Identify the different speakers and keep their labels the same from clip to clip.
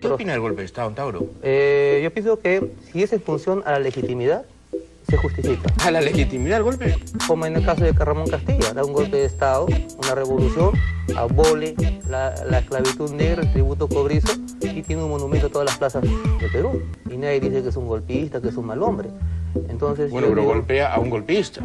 Speaker 1: ¿Qué opina del golpe de Estado, Tauro?
Speaker 2: Eh, yo pienso que si es en función a la legitimidad, se justifica.
Speaker 1: ¿A la legitimidad del golpe?
Speaker 2: Como en el caso de Carramón Castilla, da un golpe de Estado, una revolución, abole la, la esclavitud negra, el tributo cobrizo, y tiene un monumento en todas las plazas de Perú. Y nadie dice que es un golpista, que es un mal hombre. Entonces,
Speaker 1: Bueno,
Speaker 2: yo
Speaker 1: pero
Speaker 2: digo,
Speaker 1: golpea a un golpista.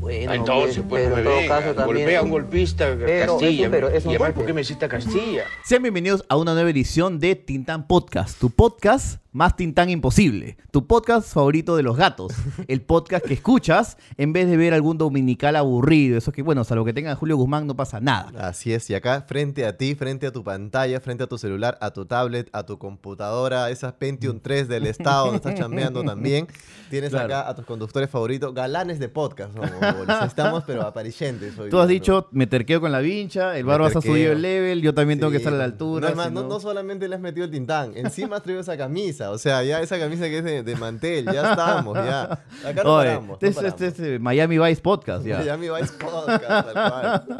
Speaker 2: bueno,
Speaker 1: Ah, Entonces, pues,
Speaker 2: pues,
Speaker 1: no
Speaker 2: pero
Speaker 1: me
Speaker 2: en todo
Speaker 1: venga.
Speaker 2: caso también...
Speaker 1: golpea a un golpista
Speaker 2: Pero
Speaker 1: Castilla.
Speaker 2: es un- pero es un
Speaker 1: y además,
Speaker 2: golpe.
Speaker 1: ¿por qué me hiciste a Castilla?
Speaker 3: Sean bienvenidos a una nueva edición de Tintán Podcast, tu podcast más Tintán imposible, tu podcast favorito de los gatos, el podcast que escuchas en vez de ver algún dominical aburrido, eso que bueno, salvo que tenga a Julio Guzmán no pasa nada.
Speaker 4: Así es, y acá frente a ti, frente a tu pantalla, frente a tu celular, a tu tablet, a tu computadora, esas
Speaker 3: Mm.
Speaker 4: Pentium 3 del estado donde estás chambeando también, tienes
Speaker 3: Claro.
Speaker 4: acá a tus conductores favoritos, galanes de podcast, somos, bolis. estamos pero aparecientes hoy.
Speaker 3: Tú has
Speaker 4: día, ¿no?
Speaker 3: dicho, me terqueo con la vincha, el
Speaker 4: Me
Speaker 3: barba se ha
Speaker 4: terqueo.
Speaker 3: subido el level, yo también tengo que
Speaker 4: Sí,
Speaker 3: estar a la altura.
Speaker 4: No, hermano,
Speaker 3: si no-
Speaker 4: no, no solamente le has metido el tintán, encima has traído esa camisa, o sea, ya esa camisa que es de, de mantel, ya estamos, ya. Acá no
Speaker 3: Oye,
Speaker 4: paramos,
Speaker 3: este
Speaker 4: no
Speaker 3: es- este
Speaker 4: paramos.
Speaker 3: es, eh, Miami Vice Podcast ya.
Speaker 4: Miami Vice Podcast, tal cual.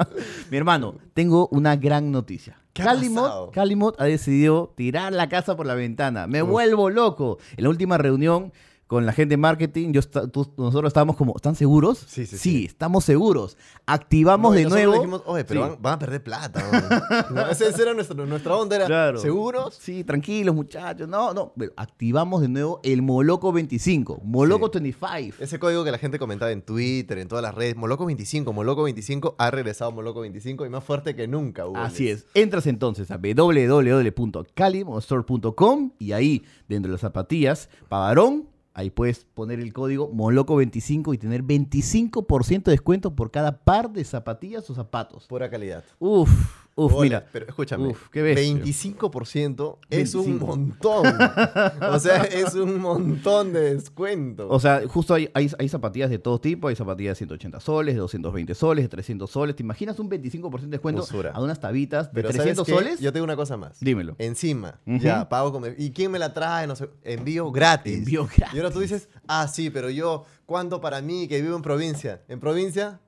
Speaker 3: Mi hermano, tengo una gran noticia.
Speaker 4: ¿Qué ha pasado?
Speaker 3: Calimot, Calimot ha decidido tirar la casa por la ventana. Me vuelvo loco. En la última reunión con la gente de marketing, yo esta- tú- nosotros estábamos como, ¿están seguros?
Speaker 4: Sí, sí, sí.
Speaker 3: estamos seguros. Activamos
Speaker 4: No, y
Speaker 3: de
Speaker 4: nosotros
Speaker 3: nuevo.
Speaker 4: dijimos, Oye, pero
Speaker 3: Sí.
Speaker 4: van, van a perder plata. weón". No, ese- ese era nuestro- nuestra onda, era
Speaker 3: Claro.
Speaker 4: seguros.
Speaker 3: Sí, tranquilos, muchachos. No, no. Pero activamos de nuevo el Moloco 25. Moloco
Speaker 4: Sí.
Speaker 3: 25.
Speaker 4: Ese código que la gente comentaba en Twitter, en todas las redes, Moloco25, Moloco25, ha regresado Moloco25 y más fuerte que nunca, Hugo.
Speaker 3: Así es. Entras entonces a www.calimostore.com y ahí, dentro de las zapatillas, pavarón, ahí puedes poner el código MOLOCO25 y tener 25% de descuento por cada par de zapatillas o zapatos.
Speaker 4: Pura calidad.
Speaker 3: Uf, uf,
Speaker 4: Ole,
Speaker 3: mira.
Speaker 4: Pero escúchame,
Speaker 3: Uf, qué bestia.
Speaker 4: 25% es un
Speaker 3: 25.
Speaker 4: montón. o sea, es un montón de descuento.
Speaker 3: O sea, justo hay, hay, hay zapatillas de todo tipo, hay zapatillas de 180 soles, de 220 soles, de 300 soles. ¿Te imaginas un 25% de descuento
Speaker 4: Usura.
Speaker 3: a unas tabitas de
Speaker 4: Pero ¿sabes
Speaker 3: 300
Speaker 4: qué?
Speaker 3: soles?
Speaker 4: Yo tengo una cosa más.
Speaker 3: Dímelo.
Speaker 4: Encima,
Speaker 3: Ujú.
Speaker 4: ya, pago con... ¿Y quién me la trae? No sé, envío gratis.
Speaker 3: Envío
Speaker 4: Y ahora tú dices, ah, sí, pero yo, ¿cuánto para mí que vivo en provincia? ¿En provincia?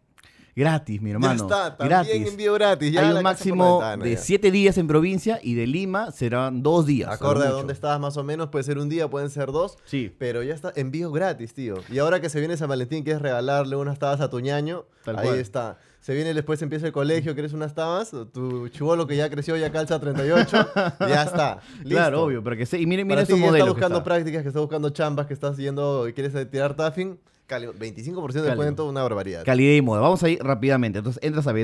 Speaker 3: Gratis, mi
Speaker 4: ya
Speaker 3: hermano.
Speaker 4: está, también
Speaker 3: gratis.
Speaker 4: envío gratis. Ya
Speaker 3: Hay
Speaker 4: la
Speaker 3: un
Speaker 4: casa por la
Speaker 3: máximo
Speaker 4: ventana,
Speaker 3: de
Speaker 4: ya.
Speaker 3: 7 días en provincia y de Lima serán 2 días.
Speaker 4: Acorde
Speaker 3: a
Speaker 4: a
Speaker 3: lo mucho.
Speaker 4: dónde estabas más o menos, puede ser un día, pueden ser dos.
Speaker 3: Sí.
Speaker 4: Pero ya está, envío gratis, tío. Y ahora que se viene San Valentín, quieres regalarle unas tabas a tu ñaño,
Speaker 3: Tal
Speaker 4: ahí
Speaker 3: cual.
Speaker 4: está. Se viene después, empieza el colegio, quieres unas tabas, tu chivolo que ya creció, ya calza 38, ya está. Listo.
Speaker 3: Claro, obvio, pero que se... Y miren, miren
Speaker 4: Para ti
Speaker 3: esos
Speaker 4: que está
Speaker 3: modelos. que
Speaker 4: buscando
Speaker 3: está.
Speaker 4: prácticas, que está buscando chambas, que estás yendo y quieres tirar taffing, cali- 25% de
Speaker 3: Cálido.
Speaker 4: descuento, una barbaridad.
Speaker 3: Calidad y moda. Vamos a ir rápidamente. Entonces entras a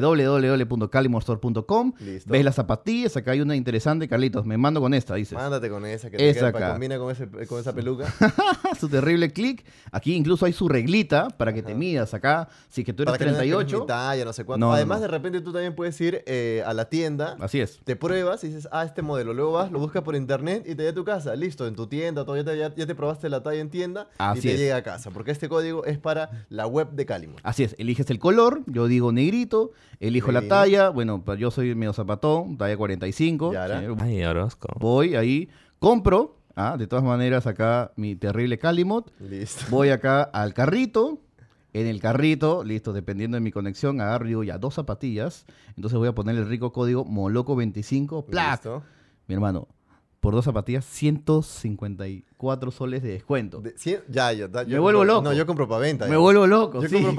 Speaker 3: www.calimorstore.com,
Speaker 4: Listo.
Speaker 3: ves las zapatillas, acá hay una interesante, Carlitos, me mando con esta, dices.
Speaker 4: Mándate con esa que te
Speaker 3: Esa
Speaker 4: queda, pa-
Speaker 3: acá.
Speaker 4: combina con, ese, con esa peluca.
Speaker 3: su terrible clic. Aquí incluso hay su reglita para que te
Speaker 4: Ajá.
Speaker 3: midas acá. Si es que tú eres
Speaker 4: para que no digas que eres
Speaker 3: 38,
Speaker 4: mi talla, no sé cuánto.
Speaker 3: No, no,
Speaker 4: Además,
Speaker 3: no. Ah,
Speaker 4: de repente tú también puedes ir eh, a la tienda,
Speaker 3: así es.
Speaker 4: te pruebas y dices, ah, este modelo. Luego vas, lo buscas por internet y te llega a tu casa. Listo, en tu tienda, todavía te, ya, ya te probaste la talla en tienda
Speaker 3: Así
Speaker 4: y te
Speaker 3: es.
Speaker 4: llega a casa. Porque este código es para la web de Calimor.
Speaker 3: Así es, eliges el color, yo digo negrito, elijo la
Speaker 4: Negrino.
Speaker 3: talla, bueno, pues yo soy medio zapatón, talla 45,
Speaker 4: Ya, ¿verdad?
Speaker 3: sí,
Speaker 5: Ay, Orozco.
Speaker 3: Voy ahí, compro. Ah, de todas maneras, acá mi terrible Calimot.
Speaker 4: Listo.
Speaker 3: Voy acá al carrito. En el carrito, listo, dependiendo de mi conexión, agarro yo ya dos zapatillas. Entonces voy a poner el rico código Moloco25. ¡Plac!
Speaker 4: Listo.
Speaker 3: Mi hermano, por dos zapatillas, 154 soles de descuento.
Speaker 4: De- sí, ya, ya, ya,
Speaker 3: Me
Speaker 4: yo
Speaker 3: vuelvo
Speaker 4: compro-
Speaker 3: loco.
Speaker 4: No, yo compro para venta.
Speaker 3: Me
Speaker 4: ya.
Speaker 3: vuelvo loco,
Speaker 4: Yo
Speaker 3: sí.
Speaker 4: compro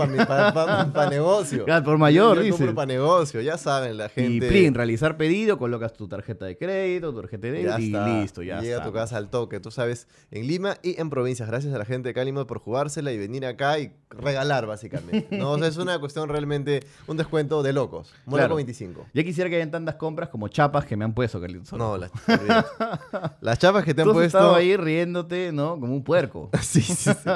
Speaker 4: para negocio.
Speaker 3: Claro, por mayor,
Speaker 4: Yo, yo
Speaker 3: dices.
Speaker 4: compro para negocio, ya saben la gente.
Speaker 3: Y plin, realizar pedido, colocas tu tarjeta de crédito, tu tarjeta de
Speaker 4: Ya
Speaker 3: débito y
Speaker 4: está.
Speaker 3: listo, ya
Speaker 4: Llega a tu
Speaker 3: estamos.
Speaker 4: casa al toque, tú sabes, en Lima y en provincias. Gracias a la gente de Calimod por jugársela y venir acá y regalar, básicamente. No, o sea, es una cuestión realmente, un descuento de locos. Mónaco
Speaker 3: Claro.
Speaker 4: 25.
Speaker 3: Ya quisiera que hayan tantas compras como chapas que me han puesto, Carlitos.
Speaker 4: No, las, olvídate. las chapas que te
Speaker 3: Tú
Speaker 4: han
Speaker 3: has estado
Speaker 4: puesto.
Speaker 3: ahí riéndote, ¿no? Como un puerco.
Speaker 4: Sí, sí, sí.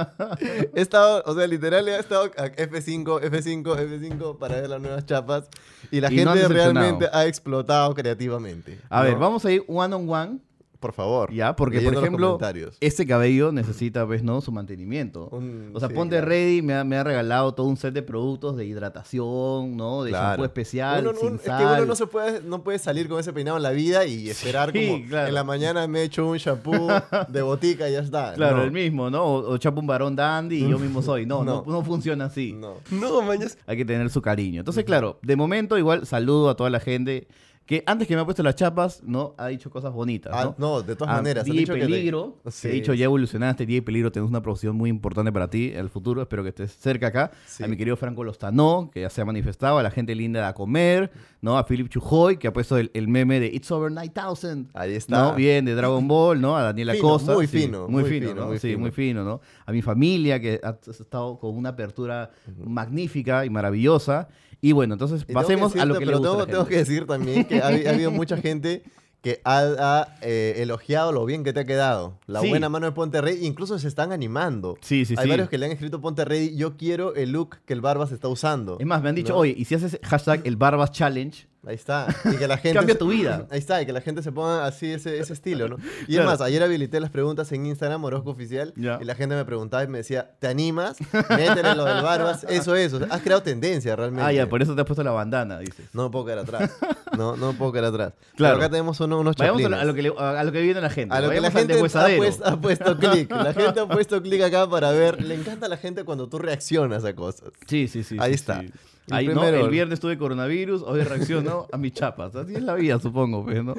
Speaker 4: He estado, o sea, literal, he estado a F5, F5, F5 para ver las nuevas chapas. Y la
Speaker 3: Y no han
Speaker 4: gente
Speaker 3: decepcionado.
Speaker 4: realmente ha explotado creativamente.
Speaker 3: A ver,
Speaker 4: ¿no?
Speaker 3: vamos a ir one on one,
Speaker 4: Por favor.
Speaker 3: ya, porque
Speaker 4: leyendo
Speaker 3: por
Speaker 4: los
Speaker 3: ejemplo,
Speaker 4: comentarios.
Speaker 3: este cabello necesita, pues, ¿no? Su mantenimiento.
Speaker 4: Un-
Speaker 3: o sea,
Speaker 4: sí,
Speaker 3: ponte
Speaker 4: claro.
Speaker 3: ready, me ha, me ha regalado todo un set de productos de hidratación, ¿no? De
Speaker 4: Claro.
Speaker 3: shampoo especial,
Speaker 4: Uno- un-
Speaker 3: sin
Speaker 4: es que
Speaker 3: sal.
Speaker 4: uno no se puede, no puede salir con ese peinado en la vida y esperar
Speaker 3: Sí,
Speaker 4: como
Speaker 3: claro.
Speaker 4: en la mañana me echo un shampoo de botica y ya está.
Speaker 3: Claro,
Speaker 4: No,
Speaker 3: el mismo, ¿no? O, o chapa un varón dandy y yo mismo soy. No, no,
Speaker 4: No.
Speaker 3: no funciona así.
Speaker 4: no.
Speaker 5: No, mañas.
Speaker 3: Hay que tener su cariño. Entonces, claro, de momento igual saludo a toda la gente que antes que me ha puesto las chapas, ¿no? Ha dicho cosas bonitas.
Speaker 4: Ah,
Speaker 3: ¿no?
Speaker 4: no, de todas
Speaker 3: Ah,
Speaker 4: maneras, ha
Speaker 3: DJ
Speaker 4: dicho que te-
Speaker 3: Peligro. Que
Speaker 4: Sí.
Speaker 3: He dicho, ya evolucionaste, DJ Peligro, tenés una profesión muy importante para ti en el futuro. Espero que estés cerca acá.
Speaker 4: Sí.
Speaker 3: A mi querido Franco Lostanó, que ya se ha manifestado. A la gente linda de A Comer, ¿no? A Philip Chujoy, que ha puesto el, el meme de It's Over 9000.
Speaker 4: Ahí está.
Speaker 3: ¿no? Bien, de Dragon Ball, ¿no? A Daniela
Speaker 4: Fino,
Speaker 3: Costa.
Speaker 4: muy
Speaker 3: sí,
Speaker 4: fino,
Speaker 3: muy
Speaker 4: muy
Speaker 3: fino,
Speaker 4: fino,
Speaker 3: ¿no?
Speaker 4: muy
Speaker 3: sí,
Speaker 4: fino.
Speaker 3: muy fino, ¿no? A mi familia, que ha ha estado con una apertura magnífica y maravillosa. Y bueno, entonces
Speaker 4: Y tengo que
Speaker 3: pasemos a lo
Speaker 4: decirte-
Speaker 3: que le
Speaker 4: pero
Speaker 3: gusta a
Speaker 4: tengo,
Speaker 3: la
Speaker 4: tengo
Speaker 3: gente.
Speaker 4: que decir también que ha, ha habido mucha gente que ha, ha, eh, elogiado lo bien que te ha quedado. La
Speaker 3: Sí.
Speaker 4: buena mano de Ponte Rey. Incluso se están animando.
Speaker 3: Sí, sí,
Speaker 4: Hay
Speaker 3: sí.
Speaker 4: varios que le han escrito a Ponte Rey. Yo quiero el look que el Barbas está usando.
Speaker 3: Es más, me han dicho,
Speaker 4: ¿No?
Speaker 3: oye, y si haces hashtag el Barbas Challenge,
Speaker 4: Ahí está. Y que la gente
Speaker 3: Cambia
Speaker 4: se-
Speaker 3: tu vida.
Speaker 4: Ahí está. Y que la gente se ponga así ese, ese estilo, ¿no? Y
Speaker 3: Claro.
Speaker 4: es más, ayer habilité las preguntas en Instagram, Orozco Oficial.
Speaker 3: Ya.
Speaker 4: Y la gente me preguntaba y me decía, ¿te animas? Métele lo del Barbas. Eso, eso. O sea, has creado tendencia realmente.
Speaker 3: ah, ya, por eso te has puesto la bandana, dices.
Speaker 4: No puedo quedar atrás. No, no puedo quedar atrás.
Speaker 3: Claro.
Speaker 4: Pero acá tenemos uno- unos
Speaker 3: Vayamos a
Speaker 4: chaplines.
Speaker 3: lo, a lo que le- a lo que viene la gente.
Speaker 4: A lo que la
Speaker 3: Vayamos al
Speaker 4: gente ha
Speaker 3: deshuesadero.
Speaker 4: puesto, ha puesto clic. La gente ha puesto clic acá para ver. Le encanta a la gente cuando tú reaccionas a cosas.
Speaker 3: Sí, sí, sí.
Speaker 4: Ahí
Speaker 3: sí,
Speaker 4: está.
Speaker 3: sí.
Speaker 4: El
Speaker 3: Ahí, ¿no?
Speaker 4: primero.
Speaker 3: El viernes tuve coronavirus, hoy reacciono a mis chapas. Así es la vida, supongo, pues, ¿no?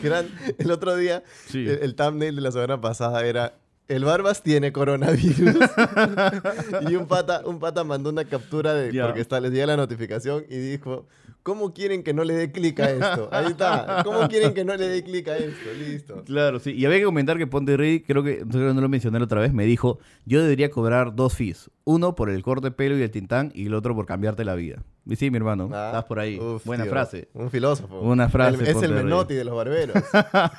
Speaker 4: Gran- el otro día,
Speaker 3: Sí.
Speaker 4: el, el thumbnail de la semana pasada era. El Barbas tiene coronavirus. y un pata, un pata mandó una captura de
Speaker 3: Ya.
Speaker 4: porque está, les llega la notificación y dijo: ¿Cómo quieren que no le dé clic a esto? Ahí está. ¿Cómo quieren que no le dé clic a esto? Listo.
Speaker 3: Claro, sí. Y había que comentar que Ponte Rey, creo que creo que no lo mencioné la otra vez, me dijo, yo debería cobrar dos fees. Uno por el corte de pelo y el tintán y el otro por cambiarte la vida. Y sí, mi hermano,
Speaker 4: Ah,
Speaker 3: estás por ahí.
Speaker 4: uf,
Speaker 3: Buena
Speaker 4: tío,
Speaker 3: frase.
Speaker 4: Un filósofo.
Speaker 3: Una
Speaker 4: El-
Speaker 3: frase,
Speaker 4: es el
Speaker 3: Ponte Rey.
Speaker 4: Menotti de los barberos.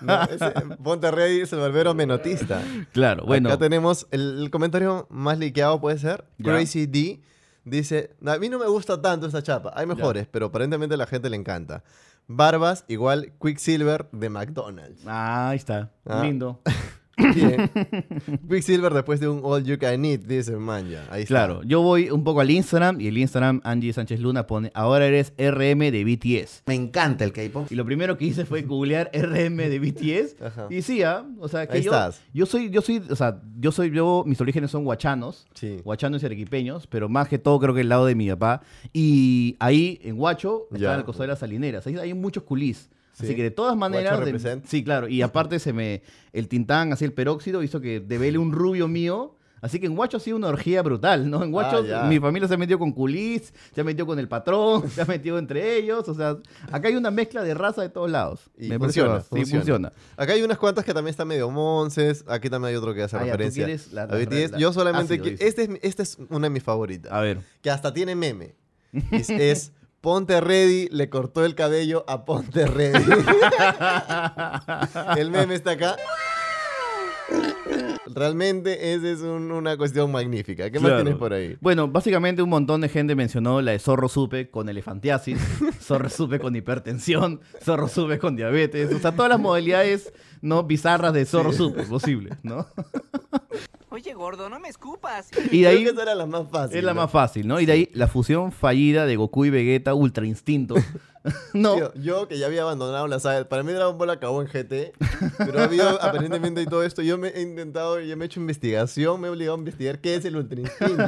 Speaker 4: No, ese- Ponte Rey es el barbero menotista.
Speaker 3: Claro, bueno.
Speaker 4: Acá tenemos el, el comentario más liqueado, puede ser.
Speaker 3: Ya.
Speaker 4: Crazy D dice: A mí no me gusta tanto esta chapa. Hay mejores, pero aparentemente a la gente le encanta. Barbas igual Quicksilver de McDonald's.
Speaker 3: Ah, ahí está.
Speaker 4: Ah.
Speaker 3: Lindo.
Speaker 4: Bien. Quicksilver después de un All You Can Eat, dice Manja. Ahí está.
Speaker 3: Claro, yo voy un poco al Instagram y el Instagram Angie Sánchez Luna pone, ahora eres RM de BTS.
Speaker 5: Me encanta el K-pop.
Speaker 3: Y lo primero que hice fue googlear RM de BTS.
Speaker 4: Ajá.
Speaker 3: Y sí, ah, o sea, que
Speaker 4: Ahí
Speaker 3: yo,
Speaker 4: estás.
Speaker 3: yo soy, yo soy, o sea, yo soy, yo, mis orígenes son huachanos.
Speaker 4: Sí.
Speaker 3: Huachanos y arequipeños, pero más que todo creo que el lado de mi papá. Y ahí, en Huacho,
Speaker 4: Ya.
Speaker 3: está el costado de las salineras. Ahí hay muchos culís.
Speaker 4: Sí.
Speaker 3: Así que de todas maneras...
Speaker 4: Huacho
Speaker 3: de-
Speaker 4: represent.
Speaker 3: sí, claro. Y aparte se me... El tintán, así el peróxido, hizo que devele un rubio mío. Así que en Huacho ha sido una orgía brutal, ¿no? En Huacho
Speaker 4: Ah, ya.
Speaker 3: mi familia se ha metido con culís, se ha metido con el patrón, se ha metido entre ellos. O sea, acá hay una mezcla de raza de todos lados.
Speaker 4: Y
Speaker 3: Me
Speaker 4: funciona,
Speaker 3: impresiona, Sí, funciona.
Speaker 4: Acá hay unas cuantas que también están medio monces. Aquí también hay otro que hace
Speaker 3: Ah, ya, tú
Speaker 4: referencia.
Speaker 3: quieres la- Ah,
Speaker 4: a
Speaker 3: la-
Speaker 4: BTS.
Speaker 3: la-
Speaker 4: Yo solamente.
Speaker 3: ácido,
Speaker 4: que-
Speaker 3: dices.
Speaker 4: este es, mi- esta es una de mis favoritas.
Speaker 3: A ver.
Speaker 4: Que hasta tiene meme. Es, es, Ponte Ready le cortó el cabello a Ponte Ready. el meme está acá. Realmente esa es un- una cuestión magnífica. ¿Qué más
Speaker 3: Claro.
Speaker 4: tienes por ahí?
Speaker 3: Bueno, básicamente un montón de gente mencionó la de zorro supe con elefantiasis, zorro supe con hipertensión, zorro supe con diabetes, o sea, todas las modalidades no bizarras de zorro supe posible, ¿no?
Speaker 6: Oye, gordo, no me escupas.
Speaker 3: Y de
Speaker 4: Creo
Speaker 3: ahí
Speaker 4: que esa era la más fácil.
Speaker 3: es la
Speaker 4: ¿no?
Speaker 3: más fácil, ¿no? Y de ahí la fusión fallida de Goku y Vegeta Ultra Instinto. No,
Speaker 4: Tío, yo que ya había abandonado la saga, para mí Dragon Ball acabó en GT, pero había aparentemente y todo esto, yo me he intentado, yo me he hecho investigación, me he obligado a investigar qué es el Ultra Instinto,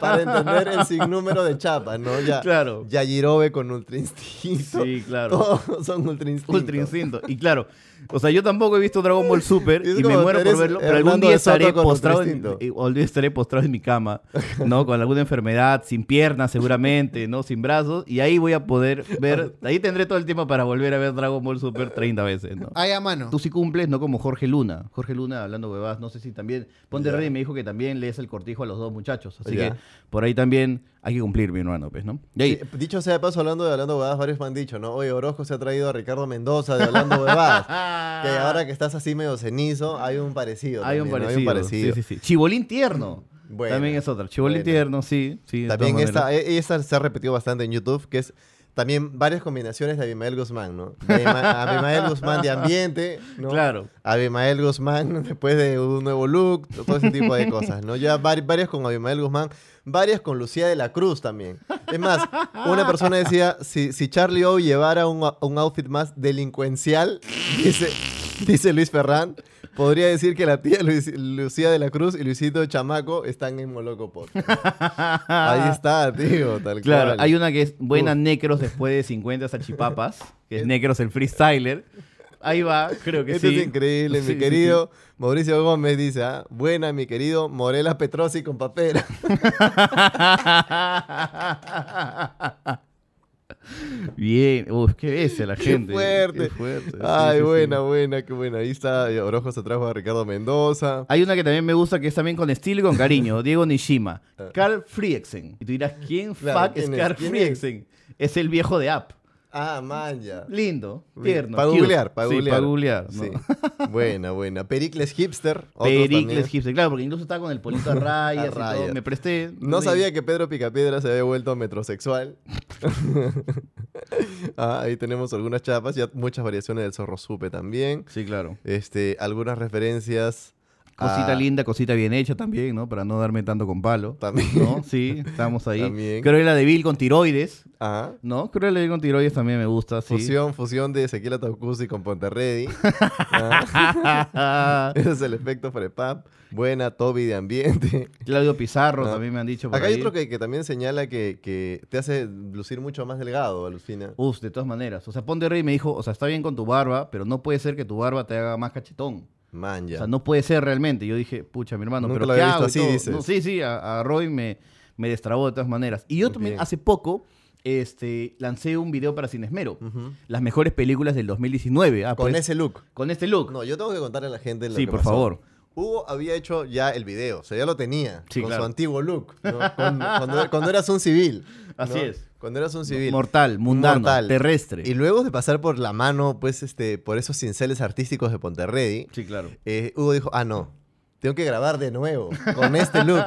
Speaker 4: para entender el sinnúmero de chapas, ¿no? Ya,
Speaker 3: Claro.
Speaker 4: Yajirobe con Ultra Instinto.
Speaker 3: Sí, claro.
Speaker 4: Todos son Ultra Instinto.
Speaker 3: Ultra Instinto. Y claro, o sea, yo tampoco he visto Dragon Ball Super
Speaker 4: Es
Speaker 3: y me
Speaker 4: como
Speaker 3: muero por
Speaker 4: eres
Speaker 3: verlo, pero algún
Speaker 4: Hernando
Speaker 3: día
Speaker 4: de Soto
Speaker 3: estaré
Speaker 4: con Ultra
Speaker 3: postrado, en,
Speaker 4: Instinto.
Speaker 3: eh, algún día estaré postrado en mi cama, ¿no? Con alguna enfermedad, sin piernas seguramente, ¿no? Sin brazos, y ahí voy a poder ver, ahí tendré todo el tiempo para volver a ver Dragon Ball Super 30 veces, ¿no?
Speaker 5: Ay, a mano.
Speaker 3: Tú sí cumples, no como Jorge Luna. Jorge Luna hablando huevadas, no sé si también. Ponte
Speaker 4: Ya.
Speaker 3: Rey me dijo que también lees el cortijo a los dos muchachos. Así
Speaker 4: Ya.
Speaker 3: que por ahí también hay que cumplir, mi hermano, pues, ¿no? Y ahí,
Speaker 4: Sí, Dicho sea de paso, hablando de Hablando Huevadas, varios me han dicho, ¿no? Oye, Orozco se ha traído a Ricardo Mendoza de Hablando Huevadas. que ahora que estás así medio cenizo, hay un parecido.
Speaker 3: Hay un
Speaker 4: también, ¿no?
Speaker 3: parecido. Sí, sí, sí. Chibolín tierno.
Speaker 4: Bueno.
Speaker 3: También es otra. Chibolín
Speaker 4: Bueno.
Speaker 3: tierno, sí. sí de
Speaker 4: También
Speaker 3: todas
Speaker 4: esta,
Speaker 3: maneras.
Speaker 4: e- esta se ha repetido bastante en YouTube, que es también varias combinaciones de Abimael Guzmán, ¿no? De Ema- Abimael Guzmán de ambiente, ¿no?
Speaker 3: Claro.
Speaker 4: Abimael Guzmán después de un nuevo look, todo ese tipo de cosas, ¿no? Ya vari- varias con Abimael Guzmán, varias con Lucía de la Cruz también. Es más, una persona decía, si, si Charlie O llevara un, un outfit más delincuencial, dice, dice Luis Ferrán, podría decir que la tía Luis- Lucía de la Cruz y Luisito Chamaco están en Moloco Podcast. Ahí está, tío, tal
Speaker 3: Ah. Claro,
Speaker 4: cual.
Speaker 3: hay una que es buena
Speaker 4: Uf.
Speaker 3: Necros después de 50 salchipapas, que es Necros el freestyler. Ahí va, creo que
Speaker 4: Esto
Speaker 3: sí.
Speaker 4: es increíble,
Speaker 3: Sí,
Speaker 4: mi
Speaker 3: sí,
Speaker 4: querido Mauricio Gómez dice, ah, buena, mi querido Morela Petrosi con papel.
Speaker 3: sí. Bien, uf, qué bestia la
Speaker 4: Qué
Speaker 3: gente.
Speaker 4: fuerte.
Speaker 3: qué fuerte. Sí,
Speaker 4: Ay,
Speaker 3: sí, sí.
Speaker 4: buena, buena, qué buena. Ahí está, eh, Orozco se trajo a Ricardo Mendoza.
Speaker 3: Hay una que también me gusta que es también con estilo y con cariño, Diego Nishima. Carl Friedrichsen. Y tú dirás, ¿quién
Speaker 4: Ah. Claro,
Speaker 3: fuck es
Speaker 4: ¿quién es?
Speaker 3: Carl
Speaker 4: ¿Quién es?
Speaker 3: Friedrichsen? Es el viejo de App.
Speaker 4: Ah, manja.
Speaker 3: Lindo, tierno.
Speaker 4: Para
Speaker 3: cute.
Speaker 4: googlear, para
Speaker 3: Sí,
Speaker 4: googlear.
Speaker 3: para googlear. ¿no?
Speaker 4: Sí. Buena, buena. Pericles Hipster. otro también.
Speaker 3: Pericles Hipster, claro, porque incluso estaba con el polito a rayas, y todo.
Speaker 4: rayas.
Speaker 3: Me presté.
Speaker 4: No
Speaker 3: Sí.
Speaker 4: sabía que Pedro Picapiedra se había vuelto metrosexual. Ah, ahí tenemos algunas chapas, ya muchas variaciones del zorro supe también.
Speaker 3: Sí, claro.
Speaker 4: Este, algunas referencias. a-
Speaker 3: Cosita linda, cosita bien hecha también, ¿no? Para no darme tanto con palo.
Speaker 4: También.
Speaker 3: ¿No? Sí, estamos ahí.
Speaker 4: También.
Speaker 3: Creo que la de Bill con tiroides,
Speaker 4: Ajá.
Speaker 3: ¿no? Creo que la de Bill con tiroides también me gusta, sí.
Speaker 4: Fusión, fusión de Ezequiel Ataucusi con Ponterredi.
Speaker 3: Ah,
Speaker 4: Ese es el efecto Frepap. Buena, Toby de ambiente.
Speaker 3: Claudio Pizarro
Speaker 4: Ah.
Speaker 3: también me han dicho por
Speaker 4: Acá hay
Speaker 3: ahí.
Speaker 4: otro que, que también señala que, que te hace lucir mucho más delgado, Alucina.
Speaker 3: Uf, de todas maneras. O sea, Ponte Rey me dijo, o sea, está bien con tu barba, pero no puede ser que tu barba te haga más cachetón.
Speaker 4: Man, ya.
Speaker 3: O sea, no puede ser realmente. Yo dije, pucha, mi hermano,
Speaker 4: Nunca
Speaker 3: pero
Speaker 4: lo
Speaker 3: ¿qué
Speaker 4: había
Speaker 3: hago?
Speaker 4: visto
Speaker 3: y
Speaker 4: así,
Speaker 3: todo.
Speaker 4: dices.
Speaker 3: No, sí, sí, a, a Roy me, me destrabó de todas maneras. Y yo
Speaker 4: Muy
Speaker 3: también
Speaker 4: bien.
Speaker 3: hace poco este, lancé un video para Sin Esmero.
Speaker 4: Ujú.
Speaker 3: Las mejores películas del 2019. Ah,
Speaker 4: Con
Speaker 3: pues,
Speaker 4: ese look.
Speaker 3: con este look.
Speaker 4: No, yo tengo que contarle a la gente lo
Speaker 3: sí,
Speaker 4: que
Speaker 3: por
Speaker 4: pasó.
Speaker 3: favor.
Speaker 4: Hugo había hecho ya el video, o sea, ya lo tenía,
Speaker 3: Sí,
Speaker 4: con
Speaker 3: claro.
Speaker 4: su antiguo look, ¿no? Con- cuando, cuando eras un civil. ¿no?
Speaker 3: Así es.
Speaker 4: Cuando eras un civil.
Speaker 3: Mortal, mundano,
Speaker 4: Mortal.
Speaker 3: terrestre.
Speaker 4: Y luego de pasar por la mano, pues, este, por esos cinceles artísticos de Ponterredi,
Speaker 3: Sí, claro.
Speaker 4: eh, Hugo dijo, ah, no, tengo que grabar de nuevo, con este look.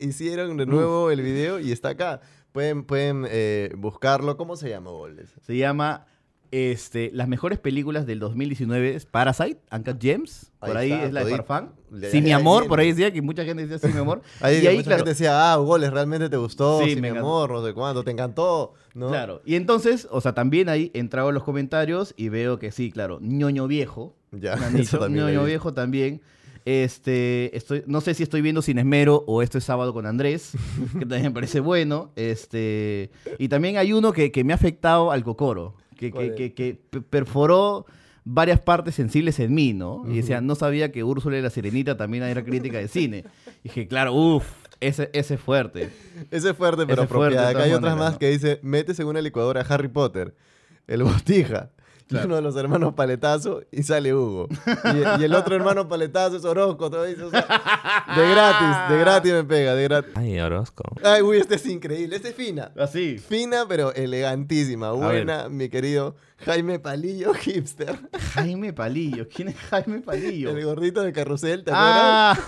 Speaker 4: Hicieron de nuevo el video y está acá. Pueden, pueden eh, buscarlo. ¿Cómo se llama, Boles?
Speaker 3: Se llama este, Las mejores películas del 2019 es Parasite, Uncut Gems. Por
Speaker 4: Ahí
Speaker 3: ahí,
Speaker 4: está,
Speaker 3: es la de
Speaker 4: todito.
Speaker 3: Farfán.
Speaker 4: Le-
Speaker 3: Sí, mi
Speaker 4: ahí
Speaker 3: amor, por ahí
Speaker 4: viene.
Speaker 3: decía que mucha gente decía sí, mi amor.
Speaker 4: Ahí
Speaker 3: y ahí,
Speaker 4: mucha
Speaker 3: claro,
Speaker 4: gente decía, ah, goles, realmente te gustó,
Speaker 3: Sí,
Speaker 4: sí,
Speaker 3: me
Speaker 4: mi
Speaker 3: encantó.
Speaker 4: amor, no sé cuándo, te encantó, ¿no?
Speaker 3: Claro. Y entonces, o sea, también ahí entraba en los comentarios y veo que sí, claro, ñoño viejo.
Speaker 4: Ya,
Speaker 3: me han
Speaker 4: eso
Speaker 3: dicho,
Speaker 4: también lo he
Speaker 3: ñoño
Speaker 4: visto.
Speaker 3: viejo también. Este, estoy, no sé si estoy viendo Sin Esmero o esto es Sábado con Andrés, que también me parece bueno. Este, y también hay uno que, que me ha afectado al cocoro, que,
Speaker 4: ¿Cuál
Speaker 3: que,
Speaker 4: es?
Speaker 3: que- que pe- perforó varias partes sensibles en mí, ¿no? Y decía, no sabía que Úrsula y la Sirenita también era crítica de cine. Y dije, claro, uff, ese, ese es fuerte.
Speaker 4: Ese es fuerte,
Speaker 3: Ese
Speaker 4: pero
Speaker 3: es fuerte, de
Speaker 4: apropiado. Acá
Speaker 3: todas
Speaker 4: hay otras
Speaker 3: maneras,
Speaker 4: más
Speaker 3: ¿no?
Speaker 4: que dice, métese en una licuadora a Harry Potter, el botija, y uno de los hermanos paletazo, y sale Hugo. Y, y el otro hermano paletazo es Orozco, todo eso, o sea, de gratis, de gratis me pega, de gratis.
Speaker 5: Ay, Orozco.
Speaker 4: Ay, uy, este es increíble, este es fina.
Speaker 3: Así.
Speaker 4: Fina, pero elegantísima.
Speaker 3: ver.
Speaker 4: Buena, mi querido Jaime Palillo Hipster.
Speaker 3: Jaime Palillo. ¿Quién es Jaime Palillo?
Speaker 4: El gordito de carrusel, ¿te acuerdas?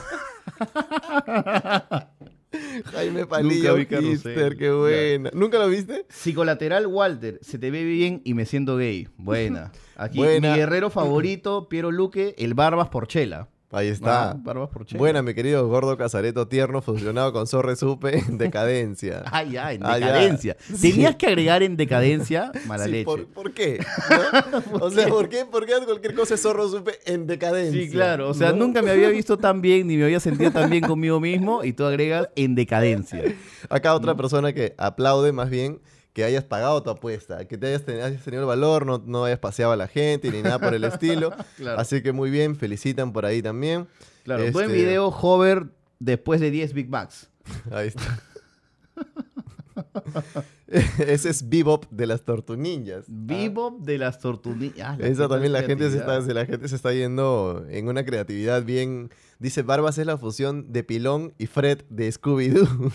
Speaker 3: Ah,
Speaker 4: Jaime Palillo,
Speaker 3: vi Carrusel,
Speaker 4: Hipster, qué
Speaker 3: ya.
Speaker 4: buena. ¿Nunca lo viste?
Speaker 3: psicolateral Walter, se te ve bien y me siento gay. Buena. Aquí
Speaker 4: Buena.
Speaker 3: mi guerrero favorito, Piero Luque, el Barbas Porchela.
Speaker 4: Ahí está.
Speaker 3: Ah, Barbas Porchela.
Speaker 4: buena, mi querido gordo casareto tierno fusionado con Zorre Supe en decadencia.
Speaker 3: Ay, ay, en
Speaker 4: Ah, ya.
Speaker 3: decadencia. Tenías que agregar en decadencia mala
Speaker 4: Sí,
Speaker 3: leche.
Speaker 4: ¿por, por qué? ¿No? o sea, ¿por qué, ¿por qué cualquier cosa es Zorro Supe en decadencia?
Speaker 3: Sí, claro. O sea,
Speaker 4: ¿No?
Speaker 3: nunca me había visto tan bien ni me había sentido tan bien conmigo mismo y tú agregas en decadencia.
Speaker 4: Acá
Speaker 3: Mm.
Speaker 4: otra persona que aplaude más bien que hayas pagado tu apuesta, que te hayas, ten- hayas tenido el valor, no, no hayas paseado a la gente ni nada por el estilo.
Speaker 3: Claro.
Speaker 4: Así que muy bien, felicitan por ahí también.
Speaker 3: Claro, buen
Speaker 4: Este,
Speaker 3: video, Hover, después de 10 Big Macs.
Speaker 4: Ahí está. Ese es Bebop de las Tortu Ninjas.
Speaker 3: Vivo de las tortunillas.
Speaker 4: Ah, Esa también la gente, se está, se- la gente se está yendo en una creatividad bien... Dice, Barbas es la fusión de Pilón y Fred de Scooby-Doo.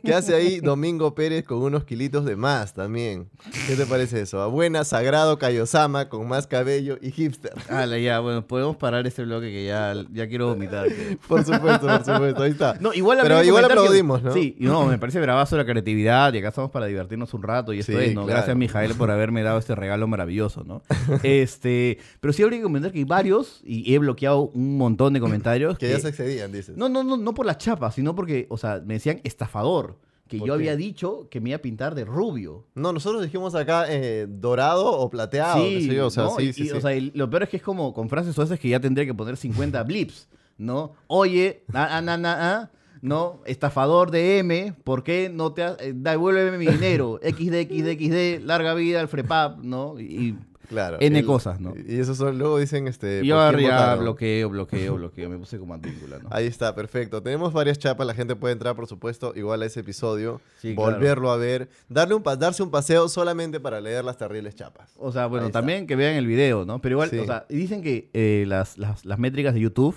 Speaker 4: ¿Qué hace ahí Domingo Pérez con unos kilitos de más también? ¿Qué te parece eso? A buena, sagrado, Kaiosama con más cabello y hipster.
Speaker 3: Ala, ya, bueno, podemos parar este bloque que ya, ya quiero vomitar. creo.
Speaker 4: Por supuesto, por supuesto, ahí está.
Speaker 3: No, igual
Speaker 4: Pero
Speaker 3: habría que
Speaker 4: igual
Speaker 3: comentar que-
Speaker 4: aplaudimos, ¿no?
Speaker 3: Sí, y no, me parece bravazo la creatividad y acá estamos para divertirnos un rato y esto
Speaker 4: Sí,
Speaker 3: es, ¿no?
Speaker 4: claro.
Speaker 3: Gracias, Mijael, por haberme dado este regalo maravilloso, ¿no? este, pero sí habría que comentar que hay varios y he bloqueado un montón de comentarios
Speaker 4: Que ya se excedían, dices.
Speaker 3: No, no, no, no por la chapa, sino porque, o sea, me decían estafador. que
Speaker 4: ¿Por
Speaker 3: yo
Speaker 4: qué?
Speaker 3: había dicho que me iba a pintar de rubio.
Speaker 4: No, nosotros dijimos acá eh, dorado o plateado. qué sé yo, o sea,
Speaker 3: ¿no?
Speaker 4: sí,
Speaker 3: Y-
Speaker 4: sí,
Speaker 3: y,
Speaker 4: sí.
Speaker 3: o sea, y lo peor es que es como con frases suaves que ya tendría que poner 50 blips, ¿no? Oye, na, na, na, ah, ¿no? Estafador de M, ¿por qué no te has- eh, devuélveme mi dinero? XD, XD, XD, larga vida al Frepap, ¿no? Y,
Speaker 4: claro.
Speaker 3: N
Speaker 4: el-
Speaker 3: cosas, ¿no?
Speaker 4: Y eso son, luego dicen este.
Speaker 3: y yo
Speaker 4: ¿por quién
Speaker 3: arriba
Speaker 4: votaron?
Speaker 3: bloqueo, bloqueo, bloqueo, me puse como antícula, ¿no?
Speaker 4: Ahí está, perfecto. Tenemos varias chapas, la gente puede entrar, por supuesto, igual a ese episodio,
Speaker 3: Sí, claro.
Speaker 4: volverlo a ver, darle un pa- darse un paseo solamente para leer las terribles chapas.
Speaker 3: O sea,
Speaker 4: Ahí
Speaker 3: bueno,
Speaker 4: está.
Speaker 3: también que vean el video, ¿no? Pero igual,
Speaker 4: Sí.
Speaker 3: o sea, y dicen que eh, las, las, las métricas de YouTube,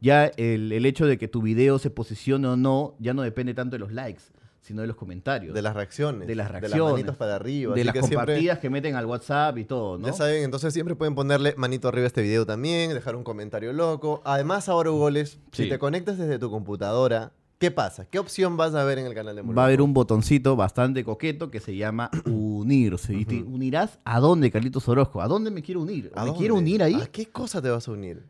Speaker 3: ya el, el hecho de que tu video se posicione o no, ya no depende tanto de los likes, sino de los comentarios.
Speaker 4: De las reacciones.
Speaker 3: De las
Speaker 4: De las
Speaker 3: reacciones.
Speaker 4: manitos para arriba.
Speaker 3: de
Speaker 4: así
Speaker 3: las
Speaker 4: que siempre-
Speaker 3: compartidas que meten al WhatsApp y todo, ¿no?
Speaker 4: Ya saben, entonces siempre pueden ponerle manito arriba a este video también, dejar un comentario loco. Además, ahora Ugoles, si
Speaker 3: Sí.
Speaker 4: te conectas desde tu computadora, ¿qué pasa? ¿Qué opción vas a ver en el canal de Moloco?
Speaker 3: Va a haber un botoncito bastante coqueto que se llama unirse. ¿Y te unirás a dónde, Carlitos Orozco? ¿A dónde me quiero unir?
Speaker 4: ¿A
Speaker 3: ¿Me
Speaker 4: dónde?
Speaker 3: quiero unir ahí?
Speaker 4: ¿A qué cosa te vas a unir?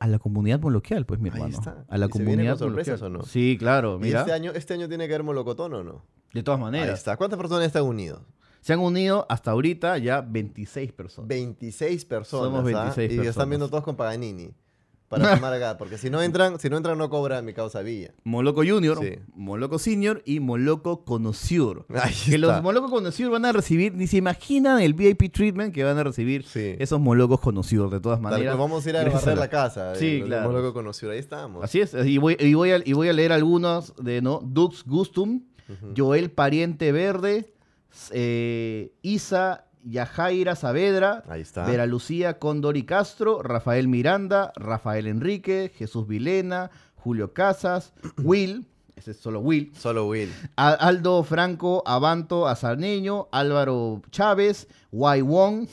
Speaker 3: A la comunidad moloquial, pues, mi
Speaker 4: Ahí
Speaker 3: hermano.
Speaker 4: está.
Speaker 3: A la
Speaker 4: ¿Y se viene
Speaker 3: comunidad
Speaker 4: con sorpresas
Speaker 3: moloquial.
Speaker 4: o no?
Speaker 3: Sí, claro,
Speaker 4: ¿Y
Speaker 3: mira.
Speaker 4: este año, este año tiene que haber Molocotón o no?
Speaker 3: De todas
Speaker 4: Ahí
Speaker 3: maneras.
Speaker 4: está. ¿Cuántas personas están unidos?
Speaker 3: Se han unido hasta ahorita ya 26 personas.
Speaker 4: 26 personas.
Speaker 3: Somos
Speaker 4: ¿ah?
Speaker 3: 26
Speaker 4: Y están
Speaker 3: personas.
Speaker 4: viendo todos con Paganini. Para tomar acá. Porque si no entran, si no entran, no cobra mi causa Villa.
Speaker 3: Moloco Junior,
Speaker 4: Sí.
Speaker 3: Moloco Senior y Moloco Conociur.
Speaker 4: Ahí
Speaker 3: Que los
Speaker 4: está.
Speaker 3: Molocos Conociur van a recibir, ni se imaginan el VIP treatment que van a recibir
Speaker 4: Sí.
Speaker 3: esos Molocos Conociur, de todas
Speaker 4: Tal cual,
Speaker 3: maneras.
Speaker 4: vamos a ir a
Speaker 3: Gracias
Speaker 4: barrer
Speaker 3: la-
Speaker 4: la casa.
Speaker 3: Sí,
Speaker 4: eh,
Speaker 3: claro.
Speaker 4: Lo loco conoció. Ahí estamos.
Speaker 3: Así es, y voy, y voy a, y voy a leer algunos de no Dux Gustum, Joel Pariente Verde, eh, Isa Yajaira Saavedra,
Speaker 4: Ahí está.
Speaker 3: Vera Lucía Condori Castro, Rafael Miranda, Rafael Enrique, Jesús Vilena, Julio Casas, Will, ese es solo Will,
Speaker 4: Solo Will.
Speaker 3: A- Aldo Franco Abanto Azaneño, Álvaro Chávez, Wai Wong,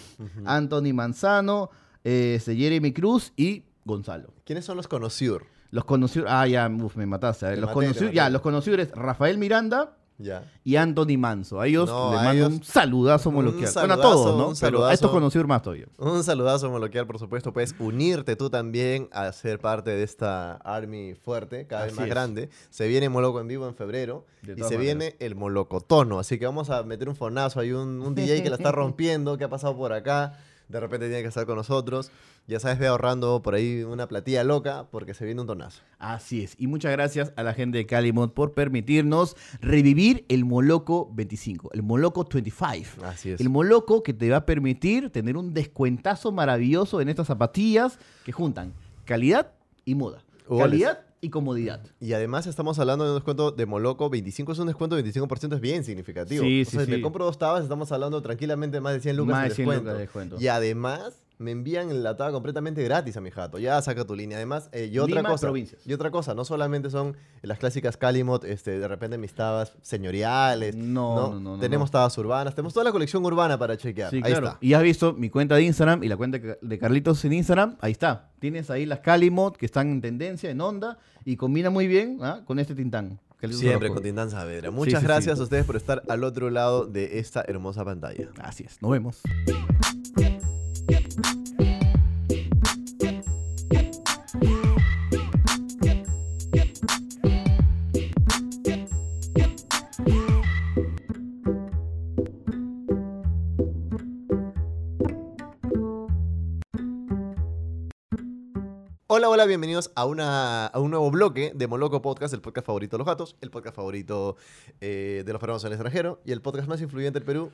Speaker 3: Anthony Manzano, eh, este, Jeremy Cruz y Gonzalo.
Speaker 4: ¿Quiénes son los conocidos?
Speaker 3: Los conoció, ah, ya, uf, me mataste. a ver,
Speaker 4: Te
Speaker 3: los
Speaker 4: maté, te
Speaker 3: conoció,
Speaker 4: maté.
Speaker 3: ya, los conoció es Rafael Miranda
Speaker 4: Ya.
Speaker 3: y Anthony Manso. A ellos
Speaker 4: No,
Speaker 3: les
Speaker 4: a
Speaker 3: mando un
Speaker 4: ellos-
Speaker 3: saludazo moloquial. Bueno, a todos,
Speaker 4: saludazo,
Speaker 3: ¿no?
Speaker 4: un
Speaker 3: Pero a estos
Speaker 4: saludazo.
Speaker 3: conoció más todavía.
Speaker 4: Un saludazo moloquial, por supuesto. Puedes unirte tú también a ser parte de esta Army fuerte, cada vez
Speaker 3: Así
Speaker 4: más
Speaker 3: es.
Speaker 4: grande. Se viene Moloco en vivo en febrero
Speaker 3: De
Speaker 4: y se
Speaker 3: todas
Speaker 4: viene el Molocotono. Así que vamos a meter un fonazo. Hay un, un DJ que la está rompiendo, que ha pasado por acá. De repente tiene que estar con nosotros. Ya sabes, ve ahorrando por ahí una platilla loca porque se viene un tonazo.
Speaker 3: Así es. Y muchas gracias a la gente de Calimont por permitirnos revivir el Moloco 25, el Moloco 25.
Speaker 4: Así es.
Speaker 3: El Moloco que te va a permitir tener un descuentazo maravilloso en estas zapatillas que juntan calidad y moda.
Speaker 4: Goles.
Speaker 3: Calidad y comodidad.
Speaker 4: Y además estamos hablando de un descuento de Moloco 25, es un descuento de 25%, es bien significativo.
Speaker 3: Sí,
Speaker 4: o
Speaker 3: sí,
Speaker 4: sea, si
Speaker 3: sí.
Speaker 4: me compro dos tabas, estamos hablando tranquilamente de más de 100 lucas
Speaker 3: Más
Speaker 4: de
Speaker 3: de 100
Speaker 4: descuento.
Speaker 3: lucas de descuento.
Speaker 4: Y además me envían la taba completamente gratis a mi jato. Ya saca tu línea. Además, eh, y otra
Speaker 3: Lima,
Speaker 4: cosa,
Speaker 3: provincias.
Speaker 4: y otra cosa, no solamente son las clásicas Calimot, este de repente mis tabas señoriales,
Speaker 3: No, no, no, no,
Speaker 4: tenemos
Speaker 3: no.
Speaker 4: tabas urbanas, tenemos toda la colección urbana para chequear.
Speaker 3: Sí,
Speaker 4: Ahí
Speaker 3: claro.
Speaker 4: está.
Speaker 3: Y has visto mi cuenta de Instagram y la cuenta de Ca- de Carlitos en Instagram. Ahí está. Tienes ahí las Calimod que están en tendencia, en onda y combina muy bien ¿ah? con este tintán. Carlitos
Speaker 4: Siempre
Speaker 3: Orozco.
Speaker 4: con Tintán Saavedra. Muchas
Speaker 3: sí, sí.
Speaker 4: gracias a ustedes por estar al otro lado de esta hermosa pantalla.
Speaker 3: Así es. Nos vemos.
Speaker 4: Hola, hola, bienvenidos a, una, a un nuevo bloque de Moloco Podcast, el podcast favorito de los gatos, el podcast favorito eh, de los peruanos en el extranjero y el podcast más influyente del Perú.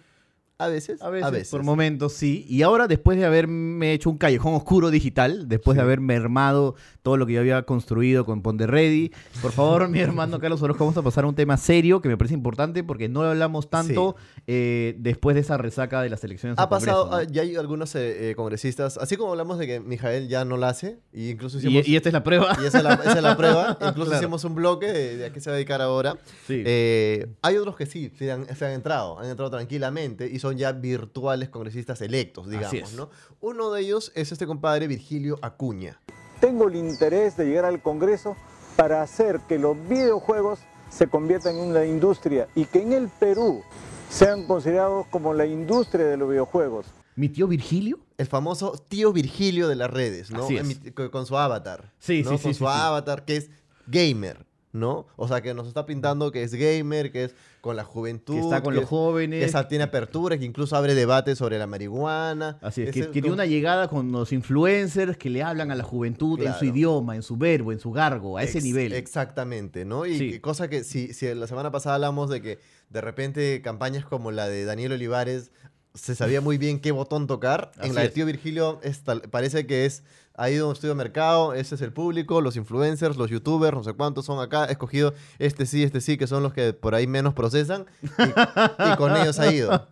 Speaker 4: A veces,
Speaker 3: A veces, por momentos, sí. Y ahora, después de haberme hecho un callejón oscuro digital, después de haber mermado todo lo que yo había construido con Ponte Ready, por favor, mi hermano Carlos Orozco, vamos a pasar a un tema serio que me parece importante porque no lo hablamos tanto eh, después de esa resaca de las elecciones.
Speaker 4: Ha
Speaker 3: al Congreso,
Speaker 4: pasado,
Speaker 3: ¿no?
Speaker 4: ah, ya hay algunos eh, eh, congresistas, así como hablamos de que Mijael ya no la hace, y incluso
Speaker 3: Y,
Speaker 4: hicimos...
Speaker 3: y esta es la prueba.
Speaker 4: y esa es la, esa es la prueba, incluso
Speaker 3: Claro.
Speaker 4: hicimos un bloque de, de a qué se va a dedicar ahora.
Speaker 3: Sí.
Speaker 4: Eh, hay otros que sí, se han, se han entrado, han entrado tranquilamente y son ya virtuales congresistas electos, digamos,
Speaker 3: es.
Speaker 4: ¿no? Uno de ellos es este compadre Virgilio Acuña.
Speaker 5: tengo el interés de llegar al Congreso para hacer que los videojuegos se conviertan en una industria y que en el Perú sean considerados como la industria de los videojuegos.
Speaker 3: ¿Mi tío Virgilio?
Speaker 4: El famoso tío Virgilio de las redes, ¿no?
Speaker 3: Así es.
Speaker 4: En mi- co- con su avatar.
Speaker 3: Sí,
Speaker 4: ¿no?
Speaker 3: sí, sí,
Speaker 4: Con
Speaker 3: sí,
Speaker 4: su
Speaker 3: sí.
Speaker 4: avatar, que es gamer. ¿no? O sea, que nos está pintando que es gamer, que es con la juventud.
Speaker 3: que está con
Speaker 4: que
Speaker 3: los
Speaker 4: es-
Speaker 3: jóvenes.
Speaker 4: que esa tiene apertura, que incluso abre debate sobre la marihuana.
Speaker 3: Así es,
Speaker 4: Ese
Speaker 3: que, que tiene
Speaker 4: como-
Speaker 3: una llegada con los influencers que le hablan a la juventud en su
Speaker 4: Claro.
Speaker 3: idioma, en su verbo, en su gargo, a ese
Speaker 4: Ex-
Speaker 3: nivel.
Speaker 4: Exactamente, ¿no? Y
Speaker 3: Sí.
Speaker 4: que- cosa que si, si la semana pasada hablamos de que de repente campañas como la de Daniel Olivares se sabía muy bien qué botón tocar.
Speaker 3: Así
Speaker 4: en la de
Speaker 3: es.
Speaker 4: Tío Virgilio es tal- parece que es ha ido a un estudio de mercado, ese es el público, los influencers, los youtubers, no sé cuántos son acá, he escogido este sí, este sí, que son los que por ahí menos procesan y, y con ellos ha ido.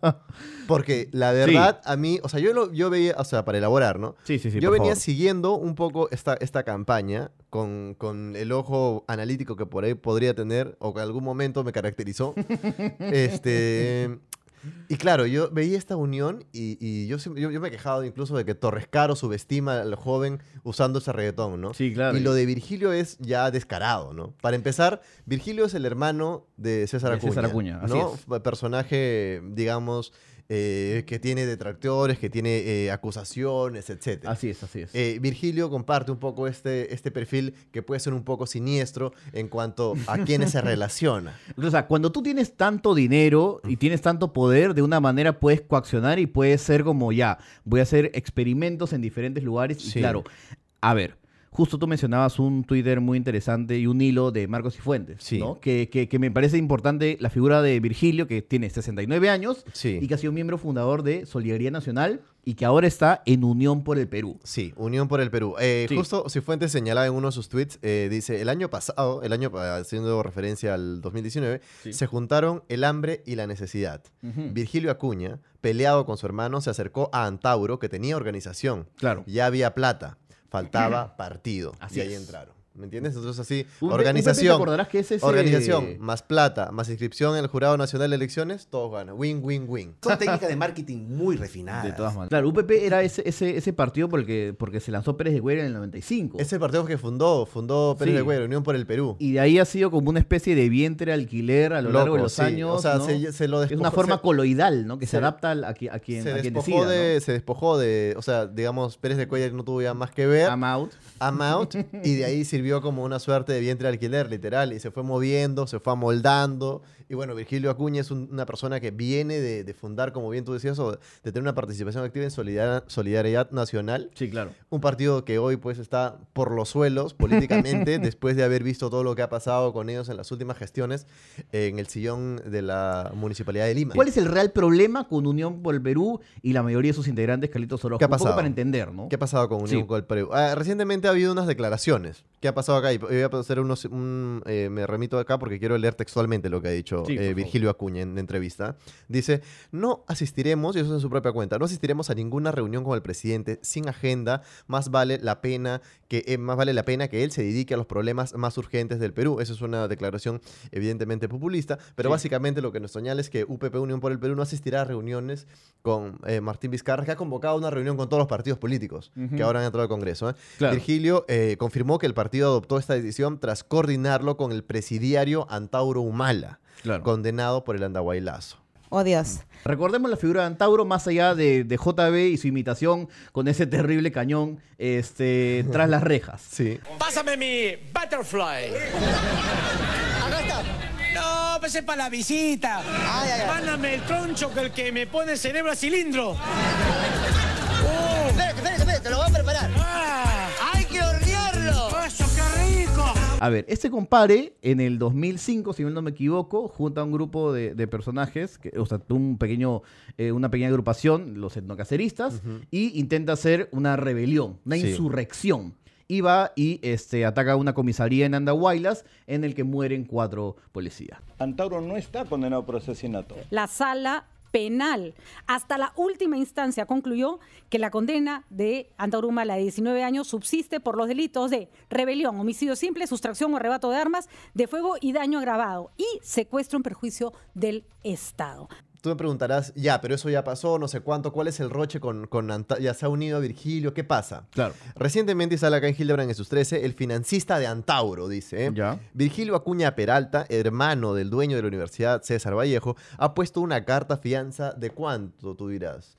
Speaker 4: Porque la verdad, a mí, o sea, yo, lo, yo veía, o sea, para elaborar, ¿no?
Speaker 3: Sí, sí, sí.
Speaker 4: Yo
Speaker 3: por
Speaker 4: venía
Speaker 3: favor.
Speaker 4: siguiendo un poco esta, esta campaña con, con el ojo analítico que por ahí podría tener o que en algún momento me caracterizó. este, y claro, yo veía esta unión y, y yo, siempre- yo, yo me he quejado incluso de que Torres Caro subestima al joven usando ese reggaetón, ¿no?
Speaker 3: Sí, claro.
Speaker 4: Y lo de Virgilio es ya descarado, ¿no? Para empezar, Virgilio es el hermano de César
Speaker 3: De
Speaker 4: Acuña.
Speaker 3: César Acuña, así
Speaker 4: ¿no?
Speaker 3: es.
Speaker 4: F- Personaje, digamos, eh, que tiene detractores, que tiene eh, acusaciones, etc.
Speaker 3: Así es, así es.
Speaker 4: Eh, Virgilio comparte un poco este, este perfil que puede ser un poco siniestro en cuanto a quienes se relaciona.
Speaker 3: O sea, cuando tú tienes tanto dinero y tienes tanto poder, de una manera puedes coaccionar y puedes ser como ya, voy a hacer experimentos en diferentes lugares. Y
Speaker 4: Sí.
Speaker 3: claro, a ver, justo tú mencionabas un Twitter muy interesante y un hilo de Marcos y Fuentes,
Speaker 4: Sí.
Speaker 3: ¿no? Que, que- que me parece importante la figura de Virgilio, que tiene 69 años
Speaker 4: Sí.
Speaker 3: y que ha sido miembro fundador de Solidaridad Nacional y que ahora está en Unión por el Perú.
Speaker 4: Sí, Unión por el Perú. Eh,
Speaker 3: Sí.
Speaker 4: Justo Cifuentes señalaba en uno de sus tweets, eh, dice, el año pasado, el año pa- haciendo referencia al 2019, se juntaron el hambre y la necesidad. Virgilio Acuña, peleado con su hermano, se acercó a Antauro, que tenía organización.
Speaker 3: Claro.
Speaker 4: Ya había plata, faltaba partido.
Speaker 3: Así
Speaker 4: y ahí
Speaker 3: es.
Speaker 4: entraron. ¿Me entiendes? Entonces así,
Speaker 3: Un- un Pepe, ¿te
Speaker 4: organización.
Speaker 3: acordarás que es ese-
Speaker 4: Organización, más plata, más inscripción en el Jurado Nacional de Elecciones, todos ganan. Win, win, win.
Speaker 7: Son técnicas de marketing muy refinadas.
Speaker 3: De todas maneras. Claro, UPP era ese, ese, ese partido por el que- porque se lanzó Pérez de Güera en el 95.
Speaker 4: Es el partido que fundó, fundó Pérez
Speaker 3: Sí.
Speaker 4: de Güero, Unión por el Perú.
Speaker 3: Y de ahí ha sido como una especie de vientre alquiler a lo
Speaker 4: Loco,
Speaker 3: largo de los
Speaker 4: sí.
Speaker 3: años.
Speaker 4: O sea,
Speaker 3: ¿no?
Speaker 4: se, se lo
Speaker 3: es
Speaker 4: despojó.
Speaker 3: una forma
Speaker 4: se-
Speaker 3: coloidal, ¿no? Que se,
Speaker 4: se-
Speaker 3: adapta al- a, qui- a quien,
Speaker 4: se
Speaker 3: a quien
Speaker 4: despojó
Speaker 3: decida.
Speaker 4: de, se despojó de, o sea, digamos, Pérez de Cuellar no tuvo ya más que ver,
Speaker 3: ¿no? I'm out.
Speaker 4: I'm out, y de ahí sirvió como una suerte de vientre de alquiler, literal, y se fue moviendo, se fue amoldando, y bueno, Virgilio Acuña es un- una persona que viene de, de fundar, como bien tú decías, o de tener una participación activa en Solidar- Solidaridad Nacional,
Speaker 3: Sí, claro.
Speaker 4: un partido que hoy pues está por los suelos políticamente después de haber visto todo lo que ha pasado con ellos en las últimas gestiones eh, en el sillón de la municipalidad de Lima.
Speaker 3: ¿Cuál es el real problema con Unión por el Perú y la mayoría de sus integrantes, Carlitos Orozco?
Speaker 4: ¿Qué ha
Speaker 3: Un poco
Speaker 4: pasado?
Speaker 3: para entender, ¿no?
Speaker 4: ¿Qué ha pasado con Unión
Speaker 3: Sí.
Speaker 4: con el Perú? Ah, recientemente ha habido unas declaraciones. ¿Qué ha pasado acá? Y voy a hacer unos, un, eh, me remito acá porque quiero leer textualmente lo que ha dicho
Speaker 3: Sí, por
Speaker 4: eh,
Speaker 3: favor.
Speaker 4: Virgilio Acuña en la entrevista. Dice, no asistiremos, y eso es en su propia cuenta, no asistiremos a ninguna reunión con el presidente sin agenda. Más vale la pena que, eh, más vale la pena que él se dedique a los problemas más urgentes del Perú. Eso es una declaración evidentemente populista, pero básicamente lo que nos señala es que UPP Unión por el Perú no asistirá a reuniones con eh, Martín Vizcarra, que ha convocado una reunión con todos los partidos políticos que ahora han entrado al Congreso. ¿eh?
Speaker 3: Claro.
Speaker 4: Virgilio eh, confirmó que el partido adoptó esta decisión tras coordinarlo con el presidiario Antauro Humala,
Speaker 3: Claro.
Speaker 4: condenado por el andahuaylazo.
Speaker 8: Oh Dios.
Speaker 3: Recordemos la figura de Antauro, más allá de, de JB y su imitación con ese terrible cañón este, tras las rejas.
Speaker 4: Sí.
Speaker 9: Pásame mi butterfly. Acá está. No, pues es para la visita. Mándame el troncho que el que me pone cerebro a cilindro.
Speaker 7: Espera, espera, espera, te lo voy a preparar.
Speaker 9: ¡Ah!
Speaker 7: ¡Hay que hornearlo!
Speaker 9: ¡Eso, qué rico!
Speaker 3: A ver, este compare en el 2005, si no me equivoco, junta a un grupo de, de personajes, que, o sea, un pequeño, eh, una pequeña agrupación, los etnocaceristas, y intenta hacer una rebelión, una
Speaker 4: Sí.
Speaker 3: insurrección. Y va y este, ataca una comisaría en Andahuaylas, en el que mueren cuatro policías.
Speaker 10: Antauro no está condenado por asesinato.
Speaker 11: La sala penal hasta la última instancia concluyó que la condena de Antauruma, la de 19 años, subsiste por los delitos de rebelión, homicidio simple, sustracción o arrebato de armas, de fuego y daño agravado y secuestro en perjuicio del Estado.
Speaker 4: Tú me preguntarás, ya, pero eso ya pasó, no sé cuánto, ¿cuál es el roche con, con Anta- ya se ha unido a Virgilio? ¿Qué pasa?
Speaker 3: Claro.
Speaker 4: Recientemente sale acá en Hildebrand en sus 13 el financista de Antauro, dice. ¿eh?
Speaker 3: Ya.
Speaker 4: Virgilio Acuña Peralta, hermano del dueño de la Universidad César Vallejo, ha puesto una carta fianza de cuánto, tú dirás.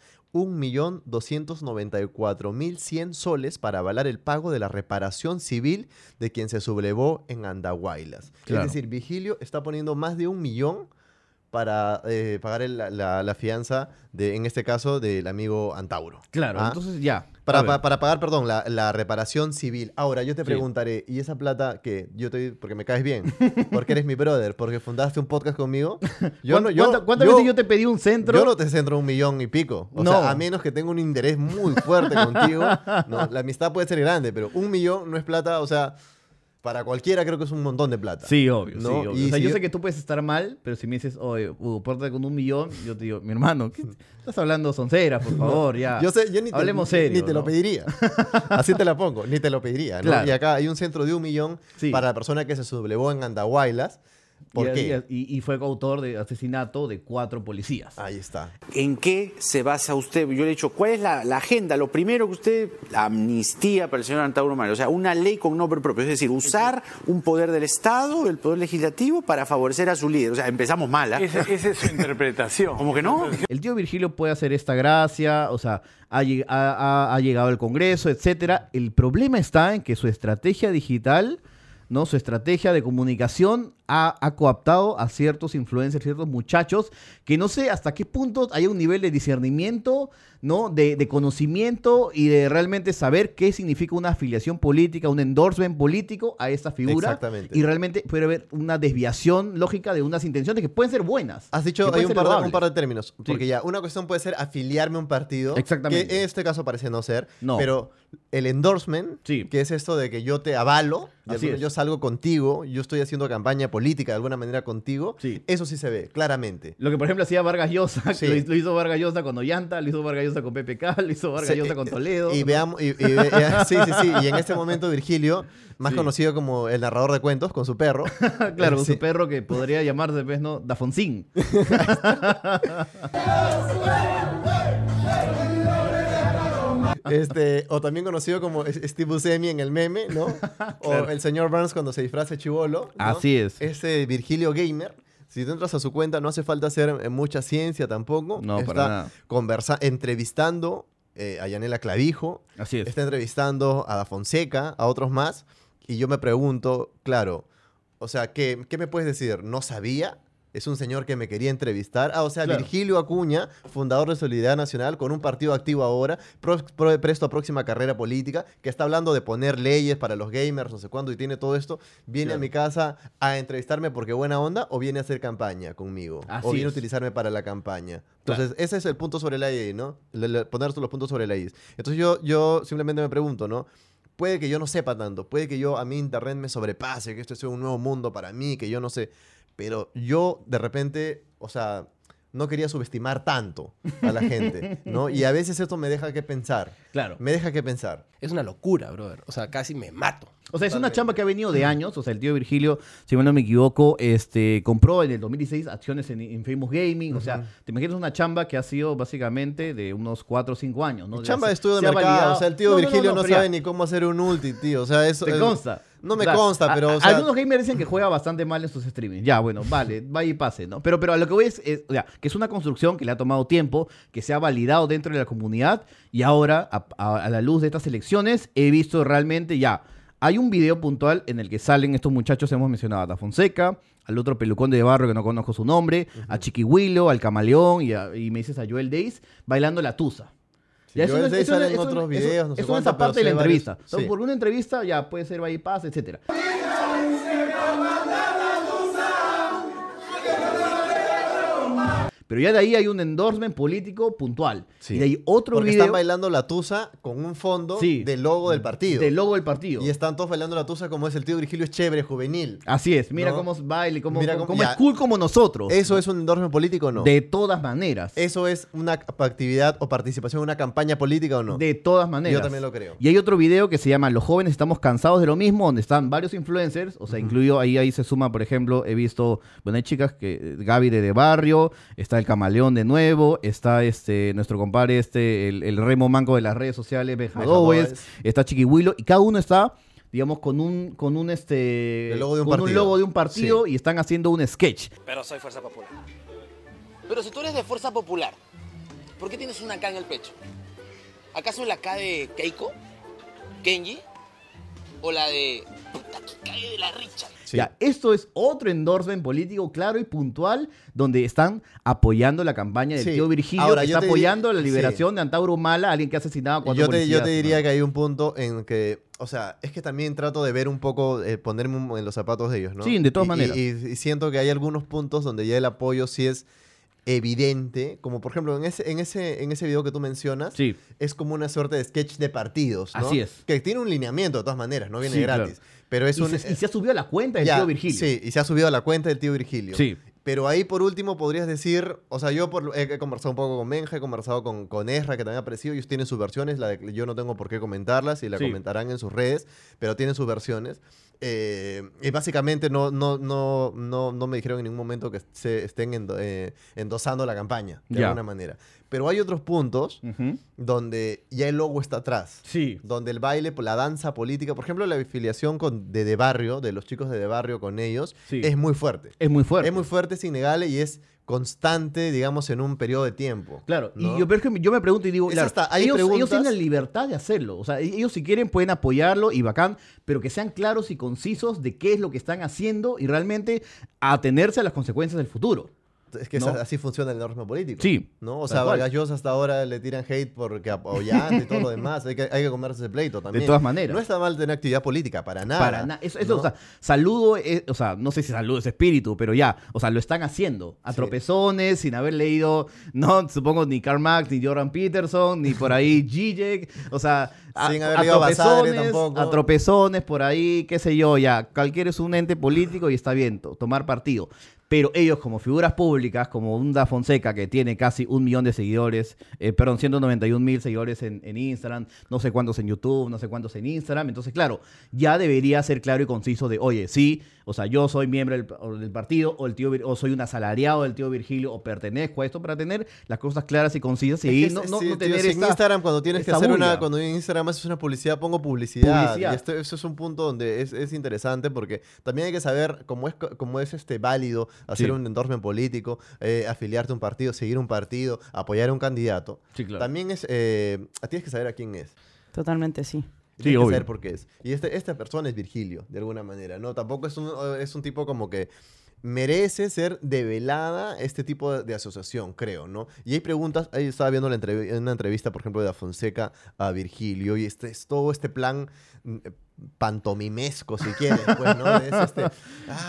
Speaker 4: 1.294.100 soles para avalar el pago de la reparación civil de quien se sublevó en Andahuaylas.
Speaker 3: Claro.
Speaker 4: Es decir, Vigilio está poniendo más de un millón para eh, pagar el- la, la- la fianza, de, en este caso, del amigo Antauro.
Speaker 3: Claro,
Speaker 4: ¿Ah?
Speaker 3: entonces ya.
Speaker 4: Para,
Speaker 3: A ver.
Speaker 4: pa- para pagar, perdón, la, la reparación civil. Ahora, yo te
Speaker 3: Sí.
Speaker 4: preguntaré, ¿y esa plata que yo te porque me caes bien? Porque eres mi brother, porque fundaste un podcast conmigo. Yo no,
Speaker 3: ¿Cuán-
Speaker 4: yo,
Speaker 3: ¿Cuánta- ¿Cuántas veces yo te pedí un centro?
Speaker 4: yo no te centro un millón y pico. O
Speaker 3: No.
Speaker 4: sea, a menos que tenga un interés muy fuerte contigo. No, la amistad puede ser grande, pero un millón no es plata. O sea, para cualquiera creo que es un montón de plata.
Speaker 3: Sí, obvio,
Speaker 4: No,
Speaker 3: sí, obvio.
Speaker 4: y
Speaker 3: O sea,
Speaker 4: si
Speaker 3: yo
Speaker 4: yo-
Speaker 3: sé que tú puedes estar mal, pero si me dices, oye, Hugo, pórtate con un millón, yo te digo, mi hermano, ¿qué estás hablando sonceras, por favor, ya.
Speaker 4: Yo sé, yo ni te,
Speaker 3: Ah, Hablemos
Speaker 4: ni-
Speaker 3: serio.
Speaker 4: ni te lo
Speaker 3: ¿no?
Speaker 4: pediría. Así te la pongo, ni te lo pediría. ¿no?
Speaker 3: Claro.
Speaker 4: Y acá hay un centro de un millón
Speaker 3: Sí.
Speaker 4: para la persona que se sublevó en Andahuaylas. ¿Por
Speaker 3: y,
Speaker 4: qué?
Speaker 3: Y, y fue coautor de asesinato de cuatro policías.
Speaker 4: Ahí está.
Speaker 8: ¿En qué se basa usted? Yo le he dicho, ¿cuál es la, la agenda? Lo primero que usted, la amnistía para el señor Antauro Mario, o sea, una ley con nombre propio, es decir, usar un poder del Estado, el poder legislativo, para favorecer a su líder. O sea, empezamos mal, ¿ah?
Speaker 12: Esa, esa es su interpretación.
Speaker 8: ¿Cómo que no?
Speaker 3: El tío Virgilio puede hacer esta gracia, o sea, ha, lleg- ha- ha- ha llegado al Congreso, etcétera. El problema está en que su estrategia digital, ¿no? Su estrategia de comunicación ha, ha coaptado a ciertos influencers, ciertos muchachos, que no sé hasta qué punto hay un nivel de discernimiento, ¿no? De, de conocimiento y de realmente saber qué significa una afiliación política, un endorsement político a esta figura.
Speaker 4: Exactamente.
Speaker 3: Y realmente puede haber una desviación lógica de unas intenciones que pueden ser buenas.
Speaker 4: Has dicho,
Speaker 3: que pueden
Speaker 4: hay un
Speaker 3: ser
Speaker 4: par, de, un
Speaker 3: loables.
Speaker 4: par de términos. Porque ya, una cuestión puede ser afiliarme a un partido.
Speaker 3: Exactamente.
Speaker 4: Que en este caso parece no ser.
Speaker 3: No.
Speaker 4: Pero el endorsement, que es esto de que yo te avalo, de
Speaker 3: Así
Speaker 4: alguna-
Speaker 3: es.
Speaker 4: yo salgo contigo, yo estoy haciendo campaña política de alguna manera contigo. Eso sí se ve, claramente.
Speaker 3: Lo que, por ejemplo, hacía Vargas Llosa,
Speaker 4: Sí.
Speaker 3: lo, hizo, lo hizo Vargas Llosa con Ollanta, lo hizo Vargas Llosa con PPK, lo hizo Vargas
Speaker 4: Sí, eh,
Speaker 3: Llosa con Toledo.
Speaker 4: Y
Speaker 3: ¿no?
Speaker 4: veamos, y, y ve- eh, sí, sí, sí. Y en este momento Virgilio, más conocido como el narrador de cuentos, con su perro. Este,
Speaker 3: claro, con
Speaker 4: Sí.
Speaker 3: su perro que podría llamarse, pues, ¿no? Dafoncín.
Speaker 4: Este, o también conocido como es- Steve Buscemi en el meme, ¿no? O el señor Burns cuando se disfraza de chivolo. ¿no?
Speaker 3: Así es.
Speaker 4: Ese Virgilio Gamer. Si tú entras a su cuenta, no hace falta hacer eh, mucha ciencia tampoco.
Speaker 3: No, para
Speaker 4: está
Speaker 3: nada.
Speaker 4: Conversa entrevistando eh, a Yanela Clavijo.
Speaker 3: Así es.
Speaker 4: Está entrevistando a Da Fonseca, a otros más. Y yo me pregunto, claro, o sea, ¿qué, qué me puedes decir? ¿No sabía? Es un señor que me quería entrevistar. Ah, o sea,
Speaker 3: Claro.
Speaker 4: Virgilio Acuña, fundador de Solidaridad Nacional, con un partido activo ahora, pro- pro- presto a próxima carrera política, que está hablando de poner leyes para los gamers, no sé cuándo, y tiene todo esto. ¿Viene
Speaker 3: Claro.
Speaker 4: a mi casa a entrevistarme porque buena onda o viene a hacer campaña conmigo?
Speaker 3: Así
Speaker 4: o viene a
Speaker 3: es.
Speaker 4: utilizarme para la campaña. Entonces, ese es el punto sobre la I, ¿no? Le- le- poner los puntos sobre la I. Entonces, yo, yo simplemente me pregunto, ¿no? Puede que yo no sepa tanto, puede que yo a mí internet me sobrepase, que esto sea un nuevo mundo para mí, que yo no sé. Pero yo de repente, o sea, no quería subestimar tanto a la gente, ¿no? Y a veces esto me deja que pensar.
Speaker 13: Claro.
Speaker 4: Me deja que pensar.
Speaker 13: Es una locura, brother. O sea, casi me mato.
Speaker 3: O sea, es una chamba que ha venido de años. O sea, el tío Virgilio, si mal no me equivoco, este, compró en el 2016 acciones en, en Famous Gaming. O sea, te imaginas una chamba que ha sido básicamente de unos 4 o 5 años. ¿no?
Speaker 4: Chamba
Speaker 3: Se-
Speaker 4: de estudio de
Speaker 3: se ha
Speaker 4: mercado.
Speaker 3: validado-
Speaker 4: O sea, el tío
Speaker 3: No, no, no,
Speaker 4: Virgilio no,
Speaker 3: no, pero ya.
Speaker 4: sabe ni cómo hacer un ulti, tío. O sea, eso.
Speaker 3: ¿Te
Speaker 4: es-
Speaker 3: consta?
Speaker 4: No me
Speaker 3: O sea,
Speaker 4: consta,
Speaker 3: a-
Speaker 4: pero.
Speaker 3: a-
Speaker 4: o sea,
Speaker 3: algunos gamers dicen que juega bastante mal en sus streamings. Ya, bueno, vale, vaya y pase, ¿no? Pero, pero a lo que voy es, es, o sea, que es una construcción que le ha tomado tiempo, que se ha validado dentro de la comunidad y ahora, a, a- a la luz de estas elecciones, he visto realmente ya. Hay un video puntual en el que salen estos muchachos, hemos mencionado a Da Fonseca, al otro pelucón de barro que no conozco su nombre, a Chiquihuilo, al Camaleón y, a- y me dices a Joel Days bailando la tuza.
Speaker 4: Sí, Joel
Speaker 3: no es-
Speaker 4: Days
Speaker 3: no
Speaker 4: sale
Speaker 3: es-
Speaker 4: en
Speaker 3: no-
Speaker 4: otros
Speaker 3: no-
Speaker 4: videos, no sé
Speaker 3: eso no es
Speaker 4: cuánto, pero
Speaker 3: aparte de la
Speaker 4: sí hay varios.
Speaker 3: entrevista. O sea,
Speaker 4: Sí.
Speaker 3: Por una entrevista ya puede ser va y paz, etcétera. Pero ya de ahí hay un endorsement político puntual. Y de ahí otro
Speaker 4: Porque
Speaker 3: video
Speaker 4: están bailando la tusa con un fondo
Speaker 3: Sí.
Speaker 4: del logo del partido.
Speaker 3: del logo del partido.
Speaker 4: Y están todos bailando la tusa como es el tío Virgilio, es chévere, juvenil.
Speaker 3: Así es, mira
Speaker 4: ¿No?
Speaker 3: cómo baile, cómo,
Speaker 4: Mira
Speaker 3: cómo-
Speaker 4: cómo-
Speaker 3: cómo
Speaker 4: ya.
Speaker 3: es cool como nosotros.
Speaker 4: ¿Eso es un endorsement político o no?
Speaker 3: De todas maneras.
Speaker 4: ¿Eso es una actividad o participación en una campaña política o no?
Speaker 3: De todas maneras.
Speaker 4: Yo también lo creo.
Speaker 3: Y hay otro video que se llama Los jóvenes estamos cansados de lo mismo, donde están varios influencers, o sea, incluido ahí, ahí se suma, por ejemplo, he visto, bueno, hay chicas que, Gaby de, de Barrio, está el Camaleón de nuevo, está este, nuestro compadre, este, el, el Remo Manco de las redes sociales, Bejadobes,
Speaker 4: Bejadobes.
Speaker 3: está Chiquihuilo, y cada uno está digamos con un con un este
Speaker 4: El logo de un
Speaker 3: con
Speaker 4: partido.
Speaker 3: logo de un partido y están haciendo un sketch
Speaker 14: Pero soy Fuerza Popular.
Speaker 7: Pero si tú eres de Fuerza Popular,
Speaker 14: ¿Por qué tienes una K en el pecho? ¿Acaso la K de Keiko? ¿Kenji? ¿O la de... Puta, que cae de la richa?
Speaker 3: Ya, esto es otro endorsement político claro y puntual donde están apoyando la campaña del
Speaker 4: Sí.
Speaker 3: tío Virgilio,
Speaker 4: Ahora,
Speaker 3: que
Speaker 4: yo
Speaker 3: está
Speaker 4: te
Speaker 3: apoyando
Speaker 4: diría-
Speaker 3: la liberación de Antauro Humala, alguien que ha asesinado a cuatro
Speaker 4: yo te, yo
Speaker 3: policías,
Speaker 4: te diría
Speaker 3: ¿no?
Speaker 4: que hay un punto en que, o sea, es que también trato de ver un poco, eh, ponerme un- en los zapatos de ellos, ¿no?
Speaker 3: Sí, de todas
Speaker 4: Y- y-
Speaker 3: maneras.
Speaker 4: Y, y siento que hay algunos puntos donde ya el apoyo sí es evidente, como por ejemplo en ese, en ese, en ese video que tú mencionas, es como una suerte de sketch de partidos, ¿no?
Speaker 3: Así es.
Speaker 4: Que tiene un lineamiento de todas maneras, no viene
Speaker 3: Sí, claro.
Speaker 4: gratis. Pero es
Speaker 3: Y
Speaker 4: un, e- eh,
Speaker 3: se- y se ha subido a la cuenta del
Speaker 4: ya,
Speaker 3: tío Virgilio.
Speaker 4: Sí, y se ha subido a la cuenta del tío Virgilio.
Speaker 3: Sí.
Speaker 4: Pero ahí por último podrías decir, o sea, yo por- he he conversado un poco con Benja, he conversado con, con Ezra, que también ha aparecido, ellos tienen sus versiones, la de- yo no tengo por qué comentarlas y la
Speaker 15: Sí.
Speaker 4: comentarán en sus redes, pero tienen sus versiones. Eh, y básicamente no, no, no, no, no me dijeron en ningún momento que se estén endo- eh, endosando la campaña, de
Speaker 15: Ya.
Speaker 4: alguna manera. Pero hay otros puntos donde ya el logo está atrás. Sí. Donde el baile, pues, la danza política, por ejemplo, la afiliación con, de De Barrio, de los chicos de De Barrio con ellos,
Speaker 3: Sí.
Speaker 4: es muy fuerte.
Speaker 3: Es muy fuerte.
Speaker 4: Es muy fuerte, es innegable y es constante, digamos, en un periodo de tiempo.
Speaker 3: Claro, y
Speaker 4: ¿no?
Speaker 3: yo, pero es que yo me pregunto y digo,
Speaker 4: Es
Speaker 3: claro,
Speaker 4: hasta- hay
Speaker 3: ellos, ellos
Speaker 4: preguntas-
Speaker 3: tienen la libertad de hacerlo. O sea, e- ellos si quieren pueden apoyarlo y bacán, pero que sean claros y concisos de qué es lo que están haciendo y realmente atenerse a las consecuencias del futuro.
Speaker 4: Es que
Speaker 3: ¿no?
Speaker 4: esa- así funciona el norma político.
Speaker 3: Sí,
Speaker 4: ¿no? O
Speaker 3: tal
Speaker 4: sea,
Speaker 3: cual.
Speaker 4: Vargas Llosa hasta ahora le tiran hate porque apoyante y todo lo demás. Hay que, hay que comerse ese pleito también.
Speaker 3: todas maneras.
Speaker 4: No está mal tener actividad política, para nada.
Speaker 3: Para nada. Eso, eso,
Speaker 4: ¿no?
Speaker 3: o sea, saludo, eh, o sea, no sé si saludo ese espíritu, pero ya, o sea, lo están haciendo a tropezones, sin haber leído, no, supongo, ni Karl Marx, ni Jordan Peterson, ni por ahí Zizek, o sea, a,
Speaker 4: Sin haber
Speaker 3: a
Speaker 4: leído Basadre
Speaker 3: tropezones,
Speaker 4: tampoco.
Speaker 3: a tropezones por ahí, qué sé yo, ya, cualquiera es un ente político y está bien to- tomar partido. Pero ellos como figuras públicas, como Unda Fonseca, que tiene casi un millón de seguidores, eh, perdón, 191 mil seguidores en, en Instagram, no sé cuántos en YouTube, no sé cuántos en Instagram. Entonces, claro, ya debería ser claro y conciso de, oye, sí, o sea, yo soy miembro del, o del partido, o, el tío, Vir- o soy un asalariado del tío Virgilio, o pertenezco a esto, para tener las cosas claras y concisas y
Speaker 4: Es que
Speaker 3: no,
Speaker 4: es-
Speaker 3: no-
Speaker 4: sí,
Speaker 3: no
Speaker 4: tío,
Speaker 3: tener
Speaker 4: si en
Speaker 3: esta-
Speaker 4: Instagram cuando tienes que
Speaker 3: esta
Speaker 4: hacer una
Speaker 3: bulla.
Speaker 4: cuando en Instagram haces una publicidad pongo publicidad,
Speaker 3: Publicidad.
Speaker 4: y esto eso es un punto donde es, es interesante porque también hay que saber cómo es co- cómo es este válido hacer
Speaker 3: Sí.
Speaker 4: un endorsement político eh, afiliarte a un partido seguir un partido apoyar a un candidato también es eh, tienes que saber a quién es
Speaker 16: Totalmente sí.
Speaker 4: Tienes que saber por qué es. Y este, esta persona es Virgilio, de alguna manera, ¿no? Tampoco es un, es un tipo como que merece ser develada este tipo de, de asociación, creo, ¿no? Y hay preguntas, ahí estaba viendo la entrev- una entrevista, por ejemplo, de la Fonseca a Virgilio, y este es todo este plan mm, pantomimesco, si quieres, pues, ¿no? Es este, ah,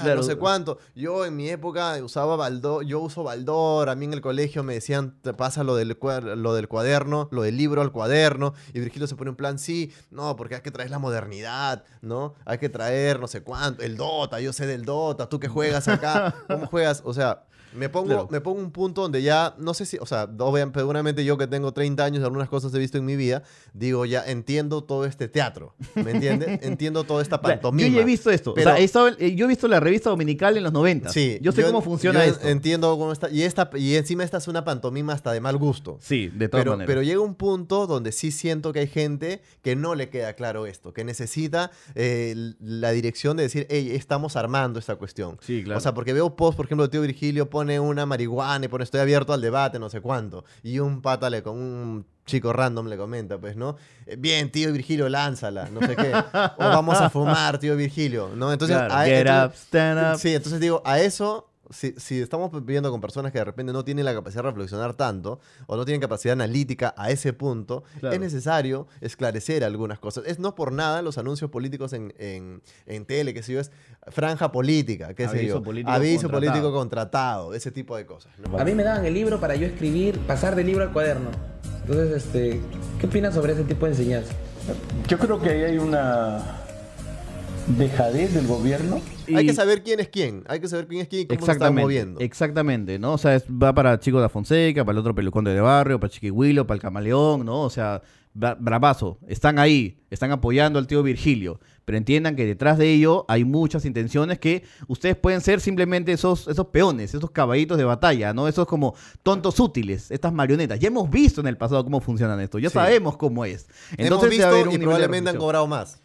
Speaker 15: Claro.
Speaker 4: no sé cuánto. Yo en mi época usaba Baldor, yo uso Baldor, a mí en el colegio me decían, te pasa lo del, cuad- lo del cuaderno, lo del libro al cuaderno, y Virgilio se pone un plan, sí, no, porque hay que traer la modernidad, ¿no? Hay que traer no sé cuánto, el Dota, yo sé del Dota, tú que juegas acá, ¿cómo juegas? O sea... Me pongo,
Speaker 15: Claro.
Speaker 4: me pongo un punto donde ya, no sé si, o sea, obvia- seguramente yo que tengo 30 años, algunas cosas he visto en mi vida, digo, ya entiendo todo este teatro, ¿me entiendes? entiendo toda esta
Speaker 3: Claro,
Speaker 4: pantomima.
Speaker 3: Yo ya he visto esto.
Speaker 4: pero-
Speaker 3: o sea, he estado- eh, yo he visto la revista dominical en los 90.
Speaker 4: Sí,
Speaker 3: Yo sé cómo
Speaker 4: en-
Speaker 3: funciona
Speaker 4: yo
Speaker 3: esto.
Speaker 4: Entiendo cómo está. Y, esta, y encima esta es una pantomima hasta de mal gusto.
Speaker 3: Sí, de todas
Speaker 4: pero,
Speaker 3: maneras.
Speaker 4: Pero llega un punto donde sí siento que hay gente que no le queda claro esto, que necesita eh, l- la dirección de decir, hey, estamos armando esta cuestión.
Speaker 3: Sí, claro.
Speaker 4: O sea, porque veo posts, por ejemplo, el tío Virgilio pone una marihuana y pone estoy abierto al debate, no sé cuánto. Y un pata le con un chico random le comenta, pues, ¿no? Eh, Bien, tío Virgilio, lánzala, no sé qué. o vamos a fumar, tío Virgilio, ¿no? Entonces,
Speaker 3: Claro,
Speaker 4: a-
Speaker 3: get
Speaker 4: entonces-
Speaker 3: up, stand up.
Speaker 4: Sí, entonces digo, a eso, si, si estamos viviendo con personas que de repente no tienen la capacidad de reflexionar tanto o no tienen capacidad analítica a ese punto,
Speaker 15: Claro.
Speaker 4: es necesario esclarecer algunas cosas. Es no por nada los anuncios políticos en, en, en tele, qué sé yo, es franja política, qué sé
Speaker 15: Aviso
Speaker 4: yo.
Speaker 15: político
Speaker 4: aviso
Speaker 15: contratado.
Speaker 4: político contratado, ese tipo de cosas. ¿no?
Speaker 17: A mí me daban el libro para yo escribir, pasar del libro al cuaderno. Entonces, este, ¿qué opinas sobre ese tipo de enseñanza?
Speaker 10: Yo creo que ahí hay una dejadez del gobierno.
Speaker 4: Hay que saber quién es quién, hay que saber quién es quién y cómo se está moviendo.
Speaker 3: Exactamente, ¿no? O sea, es- va para Chico da Fonseca, para el otro pelucón de barrio, para Chiquihuilo, para el Camaleón, ¿no? O sea, bra- bravazo. Están ahí, están apoyando al tío Virgilio. Pero entiendan que detrás de ello hay muchas intenciones que ustedes pueden ser simplemente esos, esos peones, esos caballitos de batalla, ¿no? Esos como tontos útiles, estas marionetas. Ya hemos visto en el pasado cómo funcionan esto, ya
Speaker 4: Sí.
Speaker 3: sabemos cómo es.
Speaker 4: Hemos
Speaker 3: debe haber
Speaker 4: visto
Speaker 3: un
Speaker 4: y
Speaker 3: nivel de
Speaker 4: probablemente han
Speaker 3: reflexión.
Speaker 4: cobrado más.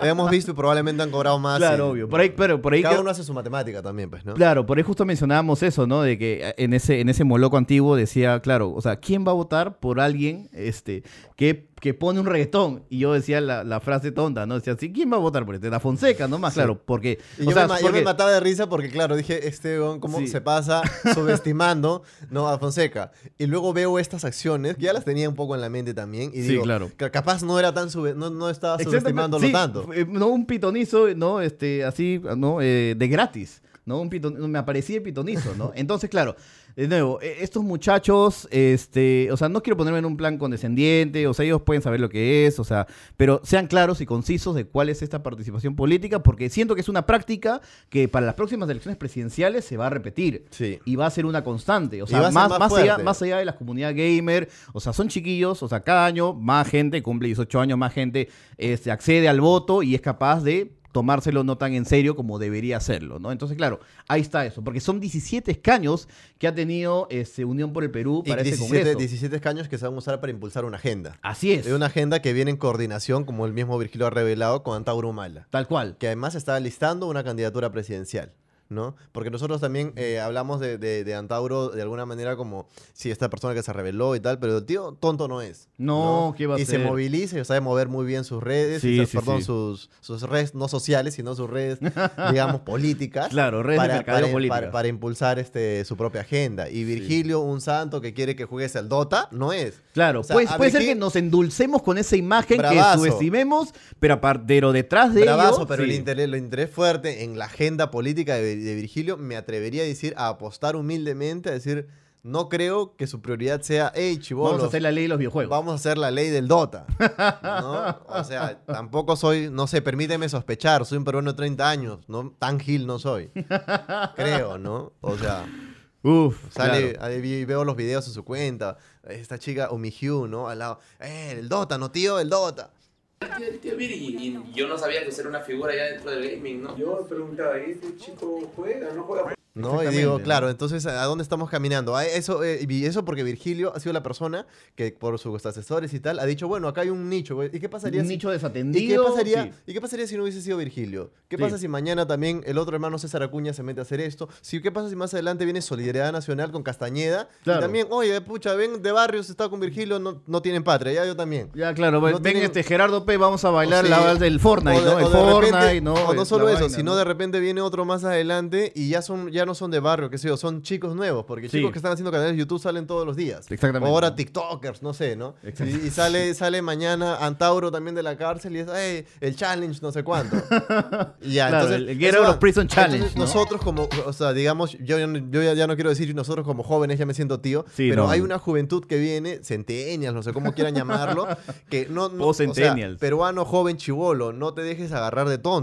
Speaker 4: Hemos visto y probablemente han cobrado más.
Speaker 3: Claro,
Speaker 4: en-
Speaker 3: obvio. Por ahí- pero por ahí
Speaker 4: Cada
Speaker 3: que-
Speaker 4: uno hace su matemática también, pues, ¿no?
Speaker 3: Claro, por ahí justo mencionábamos eso, ¿no? De que eh, en ese, en ese moloco antiguo decía, claro, o sea, ¿quién va a votar por alguien este, que, que pone un reggaetón? Y yo decía la, la frase tonta, ¿no? Decía, sí, ¿quién va a votar por este? La Fonseca, nomás, claro, porque...
Speaker 4: Y
Speaker 3: o
Speaker 4: yo,
Speaker 3: sea,
Speaker 4: me, ma- yo me
Speaker 3: porque-
Speaker 4: mataba de risa porque, claro, dije, este weón, ¿cómo
Speaker 3: Sí.
Speaker 4: se pasa subestimando no, a Fonseca? Y luego veo estas acciones, que ya las tenía un poco en la mente también, y
Speaker 3: Sí,
Speaker 4: digo,
Speaker 3: claro.
Speaker 4: ca- capaz no era tan sube- no, no estaba
Speaker 3: Exactamente,
Speaker 4: subestimándolo
Speaker 3: sí,
Speaker 4: tanto.
Speaker 3: eh, no, un pitonizo, ¿no? Este, así, ¿no? Eh, de gratis, ¿no? Un pito- me aparecía el pitonizo, ¿no? Entonces, claro, de nuevo, eh, estos muchachos, este, o sea, no quiero ponerme en un plan condescendiente, o sea, ellos pueden saber lo que es, o sea, pero sean claros y concisos de cuál es esta participación política, porque siento que es una práctica que para las próximas elecciones presidenciales se va a repetir. Y va a ser una constante, o
Speaker 4: Y
Speaker 3: sea,
Speaker 4: va a ser
Speaker 3: más,
Speaker 4: más
Speaker 3: más allá,
Speaker 4: fuerte.
Speaker 3: más allá de las comunidades gamer, o sea, son chiquillos, o sea, cada año más gente cumple 18 años, más gente este, accede al voto y es capaz de tomárselo no tan en serio como debería hacerlo, ¿no? Entonces, claro, ahí está eso, porque son 17 escaños que ha tenido este, Unión por el Perú
Speaker 4: Y
Speaker 3: para ese
Speaker 4: 17,
Speaker 3: congreso.
Speaker 4: 17 escaños que se van a usar para impulsar una agenda.
Speaker 3: Así es.
Speaker 4: De una agenda que viene en coordinación, como el mismo Virgilio ha revelado, con Antauro Humala.
Speaker 3: Tal cual.
Speaker 4: Que además está listando una candidatura presidencial. ¿No? Porque nosotros también eh, hablamos de, de- de Antauro de alguna manera como, sí, esta persona que se reveló y tal, pero el tío tonto no es.
Speaker 3: No, ¿qué va a
Speaker 4: Y se
Speaker 3: ser?
Speaker 4: moviliza y sabe mover muy bien sus redes,
Speaker 3: Sí,
Speaker 4: y se-
Speaker 3: sí,
Speaker 4: perdón,
Speaker 3: sí.
Speaker 4: Sus, sus redes no sociales, sino sus redes, digamos, políticas.
Speaker 3: Claro, redes de mercadeo
Speaker 4: para-
Speaker 3: políticas.
Speaker 4: para- para impulsar este, su propia agenda. Y Virgilio, un santo que quiere que juegues al Dota, no es.
Speaker 3: Claro,
Speaker 4: O sea,
Speaker 3: pues,
Speaker 4: a
Speaker 3: puede ser
Speaker 4: Virgil-
Speaker 3: que nos endulcemos con esa imagen
Speaker 4: Bravazo.
Speaker 3: que subestimemos, pero aparte pero detrás de
Speaker 4: Bravazo,
Speaker 3: ello,
Speaker 4: pero
Speaker 3: sí.
Speaker 4: el, interés, el interés fuerte en la agenda política de, de Virgilio, me atrevería a decir, a apostar humildemente, a decir, no creo que su prioridad sea, hey, chibolos,
Speaker 3: Vamos a hacer la ley de los videojuegos.
Speaker 4: Vamos a hacer la ley del Dota. ¿no? O sea, tampoco soy, no sé, permíteme sospechar, soy un peruano de 30 años, no tan gil no soy. Creo, ¿no? O sea,
Speaker 3: Uf,
Speaker 4: sale,
Speaker 3: claro.
Speaker 4: ahí vi- veo los videos en su cuenta, esta chica Omihyu, ¿no? Al lado, eh, el Dota, no tío, el Dota.
Speaker 15: El tío Virgi, y yo no sabía que usted era una figura ya dentro del gaming, ¿no? Yo preguntaba, ¿este chico juega no juega?
Speaker 4: ¿no? Y digo, claro, entonces, ¿a dónde estamos caminando? A eso, eh, y eso porque Virgilio ha sido la persona que, por sus asesores y tal, ha dicho, bueno, acá hay un nicho. güey. ¿Y qué pasaría
Speaker 3: Un
Speaker 4: si-
Speaker 3: nicho
Speaker 4: ¿Y qué,
Speaker 3: desatendido,
Speaker 4: pasaría,
Speaker 3: sí.
Speaker 4: ¿Y qué pasaría si no hubiese sido Virgilio? ¿Qué
Speaker 3: Sí.
Speaker 4: pasa si mañana también el otro hermano César Acuña se mete a hacer esto? Si, ¿Qué pasa si más adelante viene Solidaridad Nacional con Castañeda?
Speaker 3: Claro.
Speaker 4: Y también, oye, pucha, ven de barrios, está con Virgilio, no, no tienen patria, ya yo también.
Speaker 3: Ya, claro, ven
Speaker 4: No tienen-
Speaker 3: este Gerardo P, vamos a bailar
Speaker 4: Sí.
Speaker 3: la balda del Fortnite,
Speaker 4: O de-
Speaker 3: ¿no? El
Speaker 4: o de repente-
Speaker 3: Fortnite, ¿no?
Speaker 4: O no
Speaker 3: Es
Speaker 4: solo
Speaker 3: la
Speaker 4: eso,
Speaker 3: vaina,
Speaker 4: sino
Speaker 3: ¿no?
Speaker 4: de repente viene otro más adelante y ya son ya no son de barrio, qué sé yo, son chicos nuevos, porque
Speaker 3: Sí.
Speaker 4: chicos que están haciendo canales de YouTube salen todos los días.
Speaker 3: Exactamente.
Speaker 4: O ahora TikTokers, no sé, ¿no?
Speaker 3: Exacto.
Speaker 4: Y, y sale sale mañana Antauro también de la cárcel y es, "Ey, el challenge no sé cuánto." Y ya,
Speaker 3: Claro,
Speaker 4: entonces,
Speaker 3: el Get
Speaker 4: eso
Speaker 3: Out
Speaker 4: va.
Speaker 3: of Prison Challenge,
Speaker 4: Entonces,
Speaker 3: ¿no?
Speaker 4: Nosotros como, o sea, digamos, yo, ya no- yo ya, ya no quiero decir nosotros como jóvenes ya me siento tío,
Speaker 3: Sí,
Speaker 4: pero
Speaker 3: no.
Speaker 4: hay una juventud que viene, centenias, no sé cómo quieran llamarlo, que no, no-
Speaker 3: Post
Speaker 4: o sea,
Speaker 3: centennials.
Speaker 4: peruano joven chivolo, no te dejes agarrar de tonto.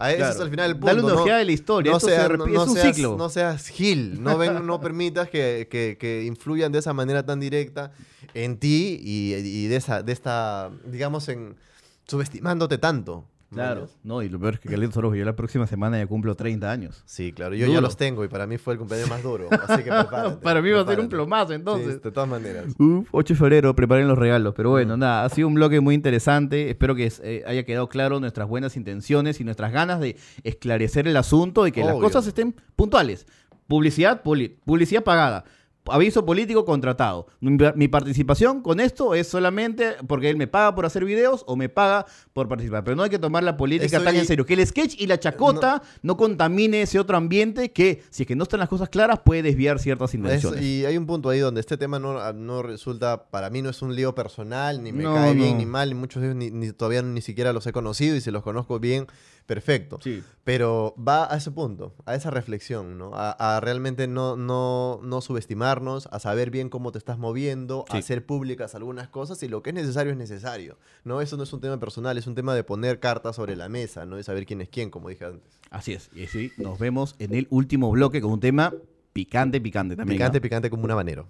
Speaker 4: A eso
Speaker 3: Claro.
Speaker 4: es al final el punto.
Speaker 3: Dale una
Speaker 4: ¿no?
Speaker 3: ojeada de la historia, esto se repite, es un
Speaker 4: seas,
Speaker 3: ciclo.
Speaker 4: No seas gil, no, ven- no permitas que, que- que influyan de esa manera tan directa en ti y, y de, esa, de esta, digamos, en subestimándote tanto.
Speaker 3: Claro, no, y lo peor es que Caleta Sorojo, yo la próxima semana ya cumplo 30 años.
Speaker 4: Sí, claro, Yo ya los tengo y para mí fue el cumpleaños más duro. Así que prepárate.
Speaker 3: Para mí va a ser un
Speaker 4: prepárate.
Speaker 3: plomazo, entonces.
Speaker 4: Sí, de todas maneras.
Speaker 3: Uf, 8 de febrero, preparen los regalos. Pero bueno, nada, ha sido un bloque muy interesante. Espero que eh, haya quedado claro nuestras buenas intenciones y nuestras ganas de esclarecer el asunto y que las
Speaker 4: Obvio.
Speaker 3: cosas estén puntuales. Publicidad, puli- publicidad pagada. Aviso político contratado. Mi mi participación con esto es solamente porque él me paga por hacer videos o me paga por participar. Pero no hay que tomar la política
Speaker 4: Estoy- eh,
Speaker 3: tan en serio. Que el sketch y la chacota no, contamine ese otro ambiente que, si es que no están las cosas claras, puede desviar ciertas
Speaker 4: Es-
Speaker 3: intenciones.
Speaker 4: y hay un punto ahí donde este tema no, no resulta, para mí no es un lío personal, ni me
Speaker 3: No,
Speaker 4: cae bien
Speaker 3: no.
Speaker 4: ni mal, y muchos de ellos ni, ni- todavía ni siquiera los he conocido y si los conozco bien, perfecto.
Speaker 3: Sí.
Speaker 4: Pero va a ese punto, a esa reflexión, ¿no? A, a realmente no, no, no subestimarnos, a saber bien cómo te estás moviendo, a
Speaker 3: Sí.
Speaker 4: hacer públicas algunas cosas y lo que es necesario es necesario, ¿no? Eso no es un tema personal, es un tema de poner cartas sobre la mesa, ¿no? Y saber quién es quién, como dije antes.
Speaker 3: Así es. Y sí, nos vemos en el último bloque con un tema picante, picante también.
Speaker 4: Picante,
Speaker 3: ¿no?
Speaker 4: picante como un habanero.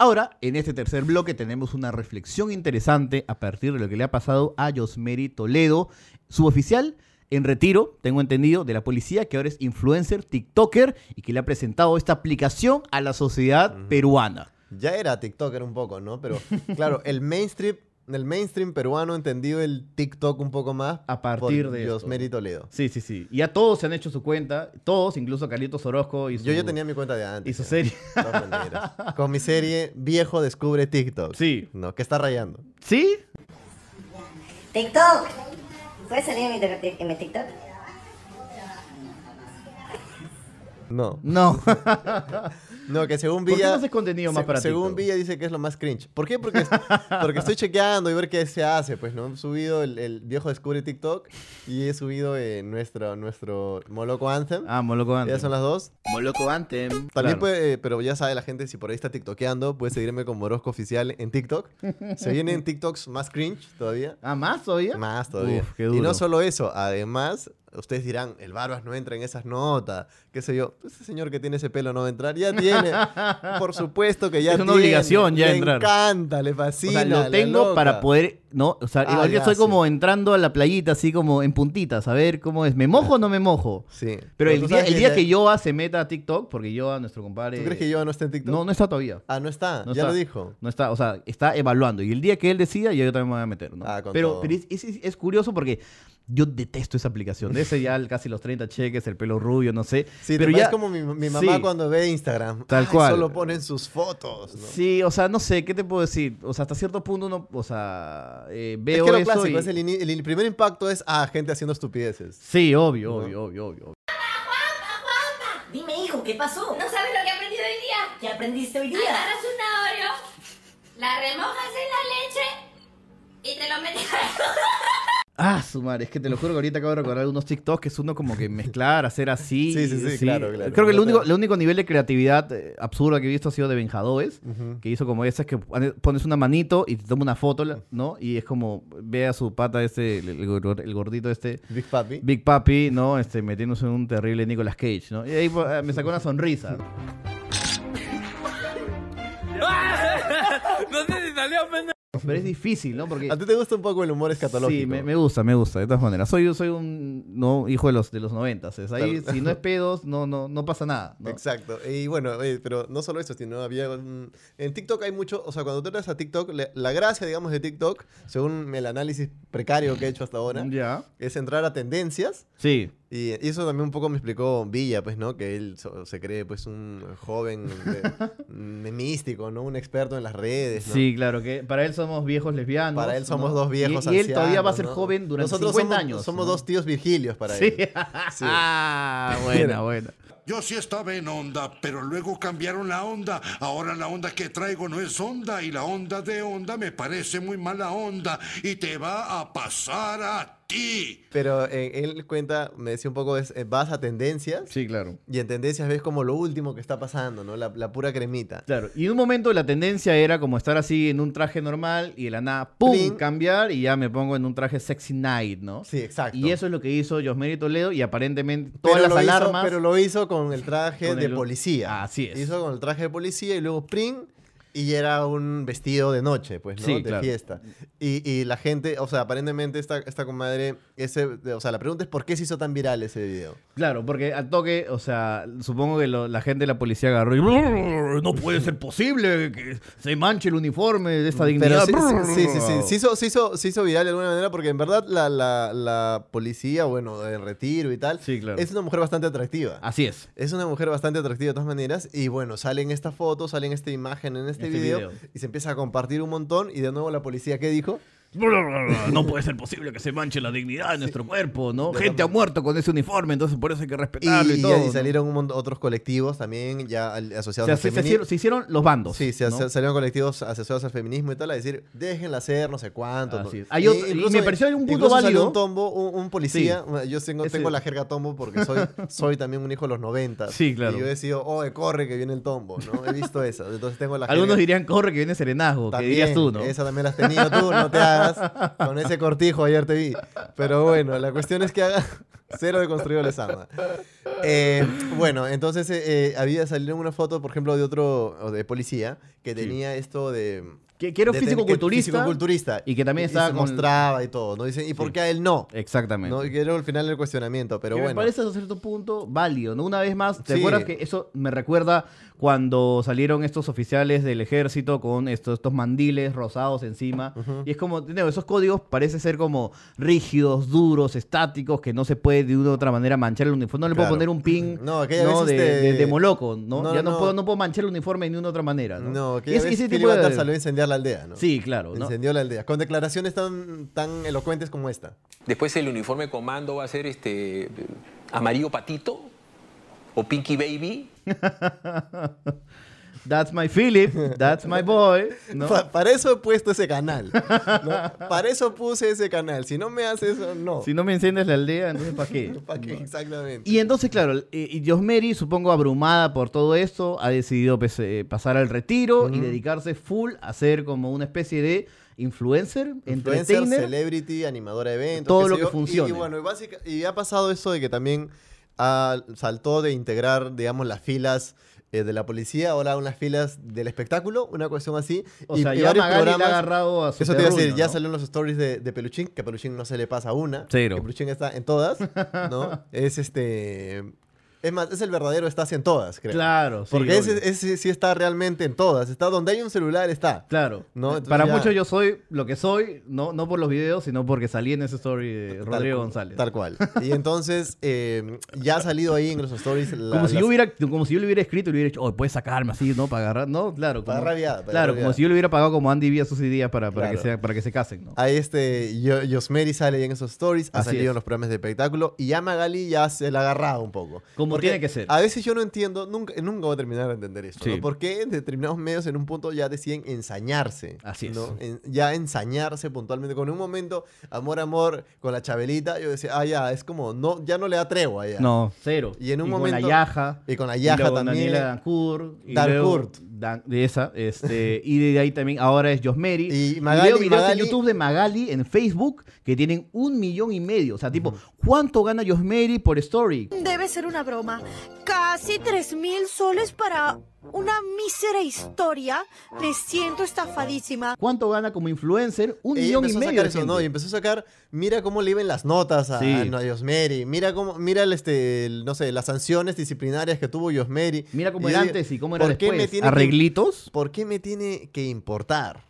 Speaker 3: Ahora, en este tercer bloque tenemos una reflexión interesante a partir de lo que le ha pasado a Yosmeri Toledo, suboficial en retiro, tengo entendido, de la policía, que ahora es influencer, TikToker, y que le ha presentado esta aplicación a la sociedad peruana.
Speaker 4: Ya era TikToker un poco, ¿no? Pero claro, el mainstream, el mainstream peruano entendió el TikTok un poco más
Speaker 3: A partir de esto.
Speaker 4: Yosmeri Toledo.
Speaker 3: Sí, sí, sí. Y a todos se han hecho su cuenta, todos, incluso Carlitos Orozco y su...
Speaker 4: Yo ya tenía mi cuenta de antes.
Speaker 3: y su serie.
Speaker 4: de todas maneras. Con mi serie Viejo descubre TikTok.
Speaker 3: Sí.
Speaker 4: No, que está rayando.
Speaker 3: ¿Sí?
Speaker 16: TikTok. ¿Puedes salir en mi, tic- en mi TikTok?
Speaker 4: No.
Speaker 3: No.
Speaker 4: no, que según
Speaker 3: ¿Por qué
Speaker 4: Villa.
Speaker 3: no haces contenido más para
Speaker 4: Según
Speaker 3: TikTok?
Speaker 4: Villa dice que es lo más cringe. ¿Por qué? Porque, porque estoy chequeando y ver qué se hace. Pues no he subido el, el viejo descubre TikTok y he subido eh, nuestro, nuestro Moloco Anthem.
Speaker 3: Ah, Moloco Anthem.
Speaker 4: Ya son las dos.
Speaker 3: Moloco Anthem.
Speaker 4: También
Speaker 3: Claro.
Speaker 4: puede, eh, pero ya sabe la gente, si por ahí está tiktokeando, puede seguirme como Orozco Oficial en TikTok. Se vienen TikToks más cringe todavía.
Speaker 3: ¿Ah, más todavía?
Speaker 4: Más todavía.
Speaker 3: Uf, qué
Speaker 4: Y
Speaker 3: duro.
Speaker 4: no solo eso, además, ustedes dirán, el Barbas no entra en esas notas, qué sé yo. Pues Ese señor que tiene ese pelo no va a entrar. Ya tiene. por supuesto que ya
Speaker 3: Es una
Speaker 4: tiene.
Speaker 3: obligación ya
Speaker 4: le
Speaker 3: entrar.
Speaker 4: encanta, le
Speaker 3: O
Speaker 4: fascina.
Speaker 3: sea, lo
Speaker 4: la
Speaker 3: tengo
Speaker 4: loca.
Speaker 3: para poder, ¿no? O sea,
Speaker 4: Ah,
Speaker 3: igual que
Speaker 4: ya,
Speaker 3: estoy
Speaker 4: sí.
Speaker 3: como entrando a la playita, así como en puntitas, a ver cómo es. ¿Me mojo o no me mojo?
Speaker 4: Sí.
Speaker 3: Pero el
Speaker 4: tú
Speaker 3: día,
Speaker 4: sabes
Speaker 3: el día
Speaker 4: ya-
Speaker 3: que Yoa se meta a TikTok, porque Yoa, nuestro compadre...
Speaker 4: ¿Tú crees que yo no está en TikTok?
Speaker 3: No, no está todavía.
Speaker 4: Ah, no está.
Speaker 3: No
Speaker 4: ya
Speaker 3: está.
Speaker 4: lo dijo.
Speaker 3: No está, o sea, está evaluando. Y el día que él decida, yo, yo también me voy a meter, ¿no?
Speaker 4: Ah, con
Speaker 3: pero
Speaker 4: todo.
Speaker 3: pero es, es- es- es curioso porque yo detesto esa aplicación. De ese ya el- casi los 30 cheques, el pelo rubio, no sé.
Speaker 4: Sí,
Speaker 3: pero ya
Speaker 4: es como mi, mi mamá
Speaker 3: Sí.
Speaker 4: cuando ve Instagram.
Speaker 3: Tal
Speaker 4: Ay,
Speaker 3: cual.
Speaker 4: Solo ponen sus fotos. ¿no?
Speaker 3: Sí, o sea, no sé, ¿qué te puedo decir? O sea, hasta cierto punto uno, o sea, eh,
Speaker 4: Es
Speaker 3: veo
Speaker 4: que lo
Speaker 3: eso
Speaker 4: clásico,
Speaker 3: y-
Speaker 4: es el, ini- el- el primer impacto es a gente haciendo estupideces.
Speaker 3: Sí, obvio, obvio, obvio, obvio.
Speaker 16: Dime, hijo, ¿qué pasó?
Speaker 18: ¿No sabes lo que he aprendido hoy día?
Speaker 16: ¿Qué aprendiste hoy día?
Speaker 18: Agarras una Oreo, la remojas en la leche y te lo metes
Speaker 3: Ah, su madre, es que te lo juro que ahorita acabo de recordar unos TikToks que es uno como que mezclar, hacer así.
Speaker 4: Sí, sí, sí, claro, claro.
Speaker 3: Creo que el
Speaker 4: No
Speaker 3: único,
Speaker 4: te-
Speaker 3: el único nivel de creatividad eh, absurda que he visto ha sido de Benjadores, que hizo como esas que pone- pones una manito y te toma una foto, la- ¿no? Y es como, ve a su pata este, el, el gor- el gordito este.
Speaker 4: Big Papi.
Speaker 3: Big Papi, ¿no? Este, metiéndose en un terrible Nicolas Cage, ¿no? Y ahí pues, eh, me sacó una sonrisa.
Speaker 9: no sé si salió, pendejo.
Speaker 3: Pero es difícil, ¿no? Porque...
Speaker 4: ¿A ti te gusta un poco el humor escatológico?
Speaker 3: Sí, me, me gusta, me gusta, de todas maneras. Soy, soy un no, hijo de los, de los noventas. es Ahí,
Speaker 4: Claro.
Speaker 3: si no es pedos, no, no, no pasa nada. ¿no?
Speaker 4: Exacto. Y bueno, eh, pero no solo eso, sino había... un- En TikTok hay mucho... O sea, cuando tú entras a TikTok, le- la gracia, digamos, de TikTok, según el análisis precario que he hecho hasta ahora,
Speaker 3: Ya.
Speaker 4: es entrar a tendencias.
Speaker 3: Sí.
Speaker 4: Y eso también un poco me explicó Villa, pues, ¿no? Que él so- se cree, pues, un joven de- mm, místico, ¿no? Un experto en las redes, ¿no?
Speaker 3: Sí, claro, que para él somos viejos lesbianos.
Speaker 4: Para él
Speaker 3: ¿no?
Speaker 4: somos dos viejos
Speaker 3: Y, y él todavía va a
Speaker 4: ancianos,
Speaker 3: ser
Speaker 4: ¿no?
Speaker 3: joven durante
Speaker 4: Nosotros
Speaker 3: 50
Speaker 4: somos-
Speaker 3: años.
Speaker 4: somos
Speaker 3: ¿no?
Speaker 4: dos tíos virgilios para
Speaker 3: Sí.
Speaker 4: él. Sí.
Speaker 3: Ah, buena, buena.
Speaker 19: Yo sí estaba en onda, pero luego cambiaron la onda. Ahora la onda que traigo no es onda y la onda de onda me parece muy mala onda y te va a pasar a ti.
Speaker 4: Pero eh, él cuenta, me decía un poco, es, eh, vas a tendencias.
Speaker 3: Sí, claro.
Speaker 4: Y en tendencias ves como lo último que está pasando, ¿no? La, la pura cremita.
Speaker 3: Claro, y en un momento la tendencia era como estar así en un traje normal y de la nada, ¡pum!
Speaker 4: Plin.
Speaker 3: cambiar y ya me pongo en un traje sexy night, ¿no?
Speaker 4: Sí, exacto.
Speaker 3: Y eso es lo que hizo Josmery Toledo y aparentemente todas
Speaker 4: Pero
Speaker 3: las
Speaker 4: lo hizo-
Speaker 3: alarmas...
Speaker 4: pero lo hizo con el traje
Speaker 3: Con
Speaker 4: de
Speaker 3: el-
Speaker 4: policía.
Speaker 3: Así es.
Speaker 4: Hizo con el traje de policía y luego print. Y era un vestido de noche, pues, ¿no?
Speaker 3: Sí,
Speaker 4: de
Speaker 3: claro.
Speaker 4: fiesta. Y, y la gente, o sea, aparentemente esta, esta comadre, ese, o sea, la pregunta es ¿por qué se hizo tan viral ese video?
Speaker 3: Claro, porque al toque, o sea, supongo que lo- la gente de la policía agarró y... "Brr, No puede ser posible que se manche el uniforme de esta
Speaker 4: Pero
Speaker 3: dignidad.
Speaker 4: sí,
Speaker 3: Brr".
Speaker 4: sí, sí, sí, sí, Se, hizo, se hizo- se hizo viral de alguna manera porque en verdad la, la- la policía, bueno, en retiro y tal, es una mujer bastante atractiva.
Speaker 3: Así es.
Speaker 4: Es una mujer bastante atractiva de todas maneras y bueno, salen estas fotos, salen esta imagen en este,
Speaker 3: Este
Speaker 4: video,
Speaker 3: video.
Speaker 4: y se empieza a compartir un montón y de nuevo la policía, ¿qué dijo?
Speaker 3: No puede ser posible que se manche la dignidad de nuestro cuerpo, ¿no? Gente ha muerto con ese uniforme, entonces por eso hay que
Speaker 4: Y,
Speaker 3: respetarlo y,
Speaker 4: y-
Speaker 3: todo.
Speaker 4: y
Speaker 3: ¿no?
Speaker 4: salieron un montón- otros colectivos también ya al-
Speaker 3: O
Speaker 4: asociados
Speaker 3: sea,
Speaker 4: al
Speaker 3: se, se
Speaker 4: femini-
Speaker 3: hicieron, se hicieron los bandos.
Speaker 4: Sí, se-
Speaker 3: ¿no?
Speaker 4: se- salieron colectivos asesores al feminismo y tal a decir, déjenla hacer, no sé cuánto.
Speaker 3: Así
Speaker 4: no-
Speaker 3: es. Hay otro- y me pareció un punto
Speaker 4: incluso salió
Speaker 3: válido.
Speaker 4: un tombo, un, un policía.
Speaker 3: Sí.
Speaker 4: bueno, Yo tengo,
Speaker 3: Ese-
Speaker 4: tengo la jerga tombo porque soy, soy también un hijo de los 90.
Speaker 3: Sí, claro.
Speaker 4: Y yo he sido, oh, corre que viene el tombo, ¿no? He visto eso. Entonces tengo la
Speaker 3: Algunos
Speaker 4: jerga-
Speaker 3: dirían, corre que viene serenazgo,
Speaker 4: También,
Speaker 3: que dirías tú, ¿no?
Speaker 4: Esa también la has tenido tú, no te hagas. Con ese cortijo ayer te vi. Pero bueno, la cuestión es que haga. Cero de construido les ama. Eh, bueno, entonces eh, eh, había salido una foto, por ejemplo, de otro o de policía que tenía esto de.
Speaker 3: Que, que era un
Speaker 4: de ten-
Speaker 3: físico-culturista
Speaker 4: que- físico-culturista.
Speaker 3: y que también
Speaker 4: se
Speaker 3: estaba con-
Speaker 4: mostraba y todo, ¿no? Dicen, ¿y por qué a él no?
Speaker 3: Exactamente.
Speaker 4: ¿No? Y que era al final el cuestionamiento, pero
Speaker 3: que
Speaker 4: bueno.
Speaker 3: me parece hasta cierto punto válido, ¿no? Una vez más, ¿te
Speaker 4: Sí.
Speaker 3: acuerdas que eso me recuerda cuando salieron estos oficiales del ejército con estos, estos mandiles rosados encima? Y es como, de nuevo, esos códigos parece ser como rígidos, duros, estáticos, que no se puede de una u otra manera manchar el uniforme. No le
Speaker 4: Claro.
Speaker 3: puedo poner un pin
Speaker 4: No,
Speaker 3: no,
Speaker 4: aquella vez,
Speaker 3: de,
Speaker 4: este-
Speaker 3: de- de moloco, ¿no?
Speaker 4: No,
Speaker 3: ya
Speaker 4: no.
Speaker 3: no puedo, no puedo manchar el uniforme de ninguna otra manera, ¿no?
Speaker 4: No, que
Speaker 3: Y es-
Speaker 4: ese,
Speaker 3: ese tipo
Speaker 4: tipo
Speaker 3: de-
Speaker 4: salió a e incendiar la aldea, ¿no?
Speaker 3: Sí, claro, ¿no?
Speaker 4: Incendió la aldea. Con declaraciones tan, tan elocuentes como esta.
Speaker 20: Después el uniforme de comando va a ser este eh, amarillo patito o Pinky Baby.
Speaker 3: That's my Philip, that's my boy. ¿no?
Speaker 4: Pa- para eso he puesto ese canal. ¿no? Para eso puse ese canal. Si no me haces eso, no.
Speaker 3: Si no me enciendes la aldea, entonces ¿para qué?
Speaker 4: ¿Para qué? Exactamente.
Speaker 3: Y entonces, claro, eh, y Josmeri, supongo abrumada por todo esto, ha decidido pues, eh, pasar al retiro y
Speaker 4: Ujú.
Speaker 3: dedicarse full a ser como una especie de influencer,
Speaker 4: Influencer,
Speaker 3: entertainer.
Speaker 4: celebrity, animadora de eventos.
Speaker 3: Todo lo
Speaker 4: qué sé
Speaker 3: que
Speaker 4: yo. Y-
Speaker 3: funcione.
Speaker 4: Y, bueno, y, básica- y ha pasado eso de que también ah, saltó de integrar, digamos, las filas eh, de la policía, ahora unas filas del espectáculo, una cuestión así.
Speaker 3: O
Speaker 4: y,
Speaker 3: sea,
Speaker 4: y
Speaker 3: ya
Speaker 4: varios
Speaker 3: Magali le ha
Speaker 4: programas-
Speaker 3: agarrado a su
Speaker 4: Eso te iba a decir,
Speaker 3: terruño,
Speaker 4: ya
Speaker 3: ¿no?
Speaker 4: salieron los stories de, de Peluchín, que a Peluchín no se le pasa una.
Speaker 3: Cero.
Speaker 4: Que Peluchín está en todas, ¿no? es este... Es más, es el verdadero estás en todas, creo.
Speaker 3: Claro, sí,
Speaker 4: Porque
Speaker 3: obvio.
Speaker 4: ese, ese sí está realmente en todas. Está donde hay un celular, está.
Speaker 3: Claro.
Speaker 4: ¿No? Entonces
Speaker 3: Para
Speaker 4: ya-
Speaker 3: muchos yo soy lo que soy, no, no por los videos, sino porque salí en ese story de Rodrigo
Speaker 4: cu-
Speaker 3: González.
Speaker 4: Tal cual. Y entonces eh, ya ha salido ahí en los stories. la-
Speaker 3: Como si,
Speaker 4: las-
Speaker 3: yo hubiera, como si yo le hubiera escrito y le hubiera dicho, oh, puedes sacarme así, ¿no? Para agarrar. No, claro.
Speaker 4: Para
Speaker 3: como-
Speaker 4: rabiar, para
Speaker 3: claro,
Speaker 4: rabiar.
Speaker 3: como si yo le hubiera pagado como Andy Vía sus ideas para, para,
Speaker 4: Claro.
Speaker 3: que, sea, para que se casen, ¿no?
Speaker 4: Ahí este, Yo- Yosmeri sale en esos stories, ha
Speaker 3: Así
Speaker 4: salido
Speaker 3: es.
Speaker 4: en los programas de espectáculo y ya Magali ya se la ha agarrado un poco.
Speaker 3: Como
Speaker 4: Porque
Speaker 3: tiene que ser.
Speaker 4: A veces yo no entiendo, nunca, nunca voy a terminar de entender esto.
Speaker 3: Sí.
Speaker 4: ¿no? ¿Por qué en determinados medios en un punto ya deciden ensañarse?
Speaker 3: Así es.
Speaker 4: ¿no? En- ya ensañarse puntualmente. Con un momento, amor, amor, con la Chabelita, yo decía, ah, ya, es como, no, ya no le da tregua ya.
Speaker 3: No, cero.
Speaker 4: Y en un
Speaker 3: con
Speaker 4: momento.
Speaker 3: la yaja.
Speaker 4: Y con la yaja
Speaker 3: luego
Speaker 4: también.
Speaker 3: Daniela Dancourt. y
Speaker 4: Dancourt.
Speaker 3: luego Dan- de esa. Este, y de ahí también ahora es Josmeri. Y
Speaker 4: Magali-
Speaker 3: veo videos
Speaker 4: Magali-
Speaker 3: en YouTube de Magali en Facebook que tienen un millón y medio. O sea, tipo, ¿cuánto gana Josmeri por story?
Speaker 21: Debe ser una broma. Casi tres mil soles para una mísera historia. Me siento estafadísima.
Speaker 3: ¿Cuánto gana como influencer? Un
Speaker 4: Ella
Speaker 3: millón y
Speaker 4: empezó a
Speaker 3: medio.
Speaker 4: sacar
Speaker 3: de
Speaker 4: eso,
Speaker 3: gente.
Speaker 4: ¿no? Y empezó a sacar, mira cómo le iban las notas a,
Speaker 3: Sí.
Speaker 4: a- a Yosmeri, mira cómo, mira el, este, el, no sé, las sanciones disciplinarias que tuvo Yosmeri.
Speaker 3: Mira cómo
Speaker 4: Y
Speaker 3: era
Speaker 4: yo digo,
Speaker 3: antes y cómo era
Speaker 4: ¿por qué me
Speaker 3: después?
Speaker 4: tiene que-
Speaker 3: ¿Arreglitos?
Speaker 4: ¿Por qué me tiene que importar?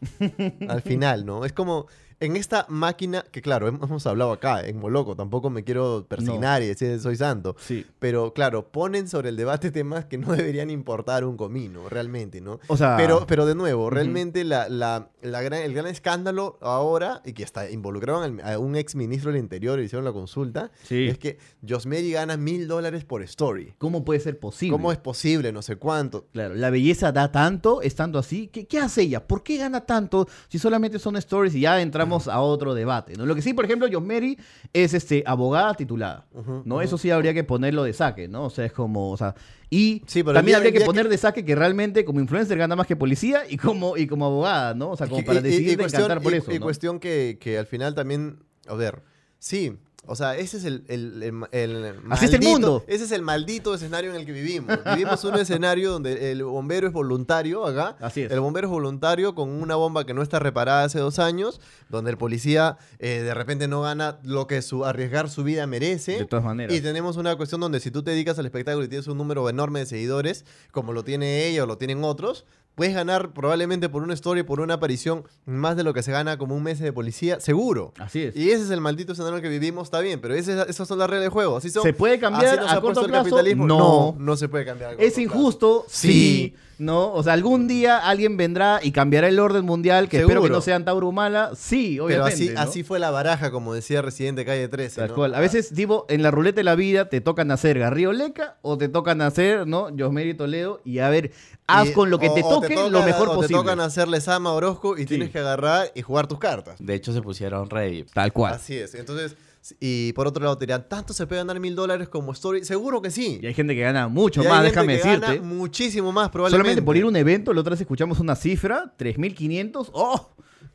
Speaker 4: Al final, ¿no? Es como en esta máquina, que claro, hem- hemos hablado acá, en Moloco, tampoco me quiero persignar y decir soy santo. Pero claro, ponen sobre el debate temas que no deberían importar un comino, realmente, ¿no?
Speaker 3: O sea-
Speaker 4: Pero, pero de nuevo,
Speaker 3: Ujú.
Speaker 4: realmente la, la- la gran, el gran escándalo ahora, y que hasta involucraron al- a un ex ministro del Interior y hicieron la consulta, es que Josmeri gana mil dólares por story.
Speaker 3: ¿Cómo puede ser posible?
Speaker 4: ¿Cómo es posible? No sé cuánto.
Speaker 3: Claro, la belleza da tanto, estando así. ¿Qué, qué hace ella? ¿Por qué gana tanto si solamente son stories y ya entramos a otro debate? ¿no? Lo que sí, por ejemplo, Josmeri es este, abogada titulada.
Speaker 4: Ujú,
Speaker 3: ¿no?
Speaker 4: ujú.
Speaker 3: Eso sí habría que ponerlo de saque, ¿no? O sea, es como, o sea, y
Speaker 4: pero el
Speaker 3: también
Speaker 4: día-
Speaker 3: habría
Speaker 4: el
Speaker 3: que
Speaker 4: día
Speaker 3: poner de saque que realmente como influencer gana más que policía y como, y como abogada, ¿no? O sea, como para decidir de encantar por
Speaker 4: y-
Speaker 3: eso,
Speaker 4: y
Speaker 3: ¿no?
Speaker 4: cuestión que, que al final también, a ver, sí, o sea, ese es el, el, el- el
Speaker 3: Así es el
Speaker 4: maldito-
Speaker 3: mundo.
Speaker 4: Ese es el maldito escenario en el que vivimos. Vivimos un escenario donde el bombero es voluntario acá.
Speaker 3: Así es.
Speaker 4: El bombero es voluntario con una bomba que no está reparada hace dos años, donde el policía eh, de repente no gana lo que su arriesgar su vida merece.
Speaker 3: De todas maneras.
Speaker 4: Y tenemos una cuestión donde si tú te dedicas al espectáculo y tienes un número enorme de seguidores, como lo tiene ella o lo tienen otros, puedes ganar probablemente por una story, por una aparición, más de lo que se gana como un mes de policía, seguro.
Speaker 3: Así es.
Speaker 4: Y ese es el maldito escenario que vivimos, está bien, pero ese- esas son las reglas de juego. Así son,
Speaker 3: ¿Se puede cambiar
Speaker 4: así nos
Speaker 3: a
Speaker 4: ha puesto
Speaker 3: corto
Speaker 4: el
Speaker 3: plazo?
Speaker 4: capitalismo.
Speaker 3: No.
Speaker 4: no, no se puede cambiar. a corto
Speaker 3: ¿Es
Speaker 4: plazo.
Speaker 3: injusto?
Speaker 4: Sí.
Speaker 3: Sí. ¿No? O sea, algún día alguien vendrá y cambiará el orden mundial, que espero que
Speaker 4: Seguro.
Speaker 3: no sean Taurumala. Sí,
Speaker 4: Pero
Speaker 3: obviamente.
Speaker 4: así,
Speaker 3: ¿no?
Speaker 4: así fue la baraja, como decía Residente Calle 13.
Speaker 3: Tal
Speaker 4: ¿no? Ah.
Speaker 3: cual. A veces, tipo, en la ruleta de la vida te tocan hacer Garrioleca o te tocan hacer, ¿no? Josmeri Toledo y a ver, haz
Speaker 4: Y-
Speaker 3: con lo que
Speaker 4: o-
Speaker 3: te
Speaker 4: o
Speaker 3: toque
Speaker 4: toca-
Speaker 3: lo mejor
Speaker 4: o
Speaker 3: posible.
Speaker 4: Te tocan hacerle Sama Orozco y tienes que agarrar y jugar tus cartas.
Speaker 22: De hecho, se pusieron rey.
Speaker 3: Tal cual.
Speaker 4: Así es. Entonces, y por otro lado, te dirán, ¿tanto se puede ganar mil dólares como Story? Seguro que sí.
Speaker 3: Y hay gente que gana mucho
Speaker 4: Y hay
Speaker 3: más,
Speaker 4: gente
Speaker 3: déjame
Speaker 4: que gana
Speaker 3: decirte.
Speaker 4: muchísimo más, probablemente.
Speaker 3: Solamente por ir a un evento, la otra vez escuchamos una cifra, 3.500. ¡Oh!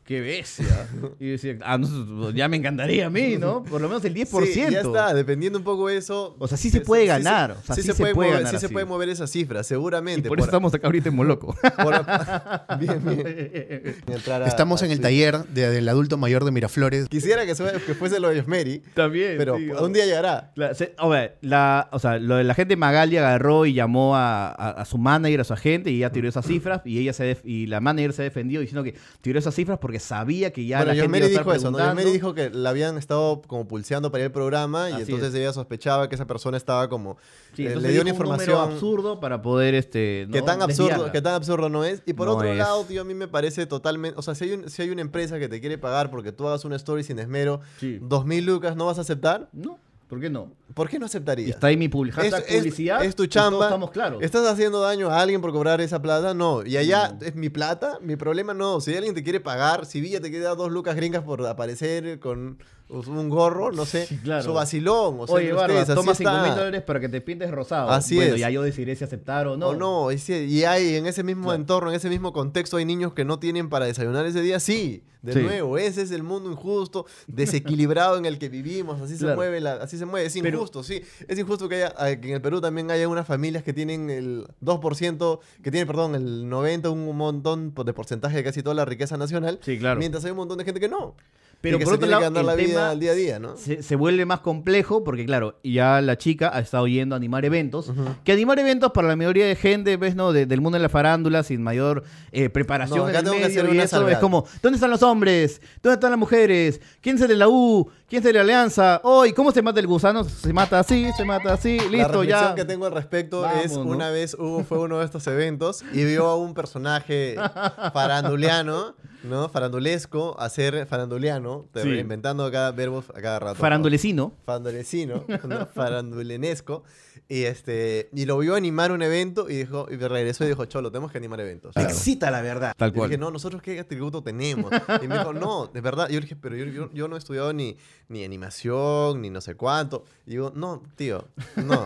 Speaker 3: qué bestia. Y decía, ah, no, ya me encantaría a mí, ¿no? Por lo menos el 10%.
Speaker 4: Sí, ya está, dependiendo un poco de eso.
Speaker 3: O sea, sí se puede ganar, o sea, sí se puede
Speaker 4: mover,
Speaker 3: ganar
Speaker 4: sí se
Speaker 3: así.
Speaker 4: puede mover esa cifra,
Speaker 3: Y
Speaker 4: seguramente.
Speaker 3: por eso estamos acá ahorita en Moloco.
Speaker 4: bien, bien. Y entrar a-
Speaker 2: Estamos en
Speaker 4: a
Speaker 2: el
Speaker 4: Twitter.
Speaker 2: taller de- del adulto mayor de Miraflores.
Speaker 4: Quisiera que, sue- que fuese lo de Yosmeri.
Speaker 3: También.
Speaker 4: Pero
Speaker 3: sí,
Speaker 4: un día llegará.
Speaker 3: La, se- a ver, la- o sea, lo de la gente Magali agarró y llamó a, a- a su manager, a su agente, y ya tiró esas cifras, y ella se def- y la manager se defendió diciendo que tiró esas cifras porque sabía que ya
Speaker 4: bueno,
Speaker 3: la gente iba a
Speaker 4: Yosmeri
Speaker 3: estar
Speaker 4: dijo eso, ¿no?
Speaker 3: preguntando.
Speaker 4: Yosmeri dijo que la habían estado como pulseando para ir al programa y
Speaker 3: Así
Speaker 4: entonces
Speaker 3: es.
Speaker 4: ella sospechaba que esa persona estaba como...
Speaker 3: Sí,
Speaker 4: eh,
Speaker 3: entonces
Speaker 4: le dio una
Speaker 3: dijo un número
Speaker 4: información...
Speaker 3: absurdo para poder este
Speaker 4: Que
Speaker 3: ¿no?
Speaker 4: tan, absurdo,
Speaker 3: desviarla.
Speaker 4: que tan absurdo no es. Y por
Speaker 3: No
Speaker 4: otro
Speaker 3: es.
Speaker 4: lado, tío, a mí me parece totalmente... O sea, si hay, un- si hay una empresa que te quiere pagar porque tú hagas una story sin esmero, dos mil lucas, ¿no vas a aceptar?
Speaker 3: No, ¿por qué no?
Speaker 4: ¿Por qué no aceptarías?
Speaker 3: Está ahí mi public- hashtag publicidad.
Speaker 4: Es, tu
Speaker 3: y todos
Speaker 4: chamba.
Speaker 3: estamos claros.
Speaker 4: ¿Estás haciendo daño a alguien por cobrar esa plata? No. Y allá
Speaker 3: Mm.
Speaker 4: es mi plata, mi problema no. Si alguien te quiere pagar, si Villa te quiere dar dos lucas gringas por aparecer con un gorro, no sé,
Speaker 3: Claro.
Speaker 4: su vacilón. O sea,
Speaker 3: Oye,
Speaker 4: ustedes,
Speaker 3: Barba,
Speaker 4: así
Speaker 3: toma
Speaker 4: está.
Speaker 3: 5 mil dólares para que te pintes rosado.
Speaker 4: Así
Speaker 3: bueno,
Speaker 4: es.
Speaker 3: ya yo decidiré si aceptar o no.
Speaker 4: O no, y, si- y hay en ese mismo entorno, en ese mismo contexto, hay niños que no tienen para desayunar ese día. Sí, de
Speaker 3: Sí.
Speaker 4: nuevo, ese es el mundo injusto, desequilibrado en el que vivimos. Así se
Speaker 3: Claro.
Speaker 4: mueve, la- así se mueve. Es
Speaker 3: Pero-
Speaker 4: injusto, sí. Es injusto que, haya, eh, que en el Perú también haya unas familias que tienen el 2%, que tienen, perdón, el 90, un montón por- de porcentaje de casi toda la riqueza nacional.
Speaker 3: Sí, claro.
Speaker 4: Mientras hay un montón de gente que no.
Speaker 3: Pero
Speaker 4: Y que
Speaker 3: por
Speaker 4: se
Speaker 3: otro
Speaker 4: tiene
Speaker 3: lado,
Speaker 4: que ganar
Speaker 3: el
Speaker 4: la vida
Speaker 3: tema
Speaker 4: al día a día, ¿no?
Speaker 3: se, se vuelve más complejo porque, claro, ya la chica ha estado yendo a animar eventos. Que animar eventos para la mayoría de gente, ¿ves, no? De- del mundo de la farándula, sin mayor eh, preparación.
Speaker 4: No,
Speaker 3: en
Speaker 4: acá
Speaker 3: el
Speaker 4: tengo que
Speaker 3: medio
Speaker 4: hacer
Speaker 3: y
Speaker 4: una
Speaker 3: eso
Speaker 4: salvedad.
Speaker 3: es como, ¿dónde están los hombres? ¿Dónde están las mujeres? ¿Quién se de la U? ¿Quién se de la Alianza? Hoy, ¿cómo se mata el gusano? Se mata así, se mata así,
Speaker 4: La
Speaker 3: listo,
Speaker 4: reflexión
Speaker 3: ya.
Speaker 4: que tengo al respecto
Speaker 3: Vamos,
Speaker 4: es
Speaker 3: ¿no?
Speaker 4: una vez hubo, fue uno de estos eventos y vio a un personaje faranduliano, ¿no? Farandulesco, hacer faranduliano, te-
Speaker 3: Sí.
Speaker 4: inventando cada verbo a cada rato.
Speaker 3: Farandulecino.
Speaker 4: Farandulecino, ¿no? farandulenesco. Y este, y lo vio animar un evento y dijo, y regresó y dijo, Cholo, tenemos que animar eventos.
Speaker 7: Me excita la verdad.
Speaker 4: Y dije, no, nosotros qué atributo tenemos. Y me dijo, no, de verdad. Y yo le dije, pero yo, yo- yo no he estudiado ni, ni animación, ni no sé cuánto. Y digo, no, tío, no.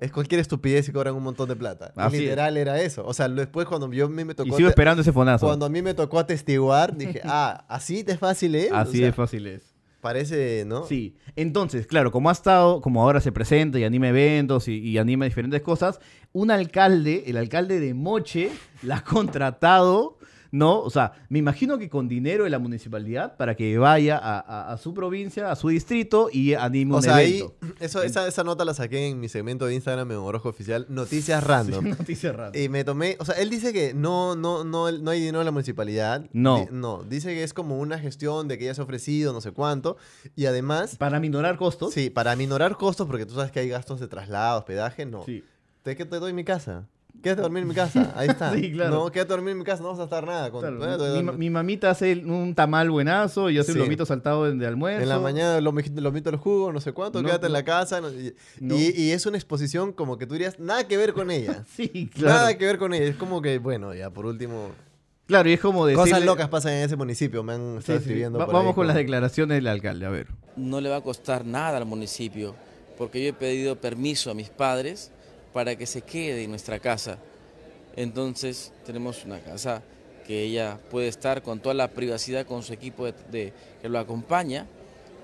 Speaker 4: Es cualquier estupidez y cobran un montón de plata. Y
Speaker 3: Así es.
Speaker 4: literal era eso. O sea, después cuando yo a mí me tocó.
Speaker 3: sigo
Speaker 4: te-
Speaker 3: esperando ese fonazo.
Speaker 4: Cuando a mí me tocó atestiguar, dije, ah, así te es fácil, ¿eh? O
Speaker 3: Así
Speaker 4: sea,
Speaker 3: de fácil es.
Speaker 4: Parece, ¿no?
Speaker 3: Sí. Entonces, claro, como ha estado, como ahora se presenta y anima eventos y, y anima diferentes cosas, un alcalde, el alcalde de Moche, la ha contratado, ¿no? O sea, me imagino que con dinero de la municipalidad para que vaya a, a- a su provincia, a su distrito y anime
Speaker 4: O
Speaker 3: un
Speaker 4: sea, ahí,
Speaker 3: evento.
Speaker 4: eso, esa, esa nota la saqué en mi segmento de Instagram, en Orozco Oficial, Noticias Random.
Speaker 3: Noticia rara.
Speaker 4: Y me tomé, o sea, él dice que no, no, no, no hay dinero en la municipalidad.
Speaker 3: No.
Speaker 4: Di- no, dice que es como una gestión de que ya se ha ofrecido, no sé cuánto. Y además...
Speaker 3: Para minorar costos.
Speaker 4: Sí, para minorar costos, porque tú sabes que hay gastos de traslado, hospedaje, no.
Speaker 3: Sí.
Speaker 4: ¿Te, ¿Qué te doy en mi casa? Quédate a dormir en mi casa, ahí está.
Speaker 3: Sí, claro.
Speaker 4: No, quédate a dormir en mi casa, no vas a estar nada. Con,
Speaker 3: Claro,
Speaker 4: eh, te-
Speaker 3: mi, mi mamita hace un tamal buenazo y yo hace
Speaker 4: Sí.
Speaker 3: un lomito saltado de de almuerzo.
Speaker 4: En la mañana lo, mej- lo mito los jugos, no sé cuánto,
Speaker 3: No,
Speaker 4: quédate en
Speaker 3: no.
Speaker 4: la casa. no- y, y- y es una exposición como que tú dirías, nada que ver con ella.
Speaker 3: sí, claro.
Speaker 4: Nada que ver con ella. Es como que, bueno, ya por último.
Speaker 3: Claro, y es como decir.
Speaker 4: Cosas locas pasan en ese municipio, me han estado escribiendo. por ahí pues.
Speaker 3: vamos con
Speaker 4: como-
Speaker 3: las declaraciones del alcalde, a ver.
Speaker 22: no le va a costar nada al municipio, porque yo he pedido permiso a mis padres para que se quede en nuestra casa. Entonces tenemos una casa que ella puede estar con toda la privacidad con su equipo de- de- que lo acompaña.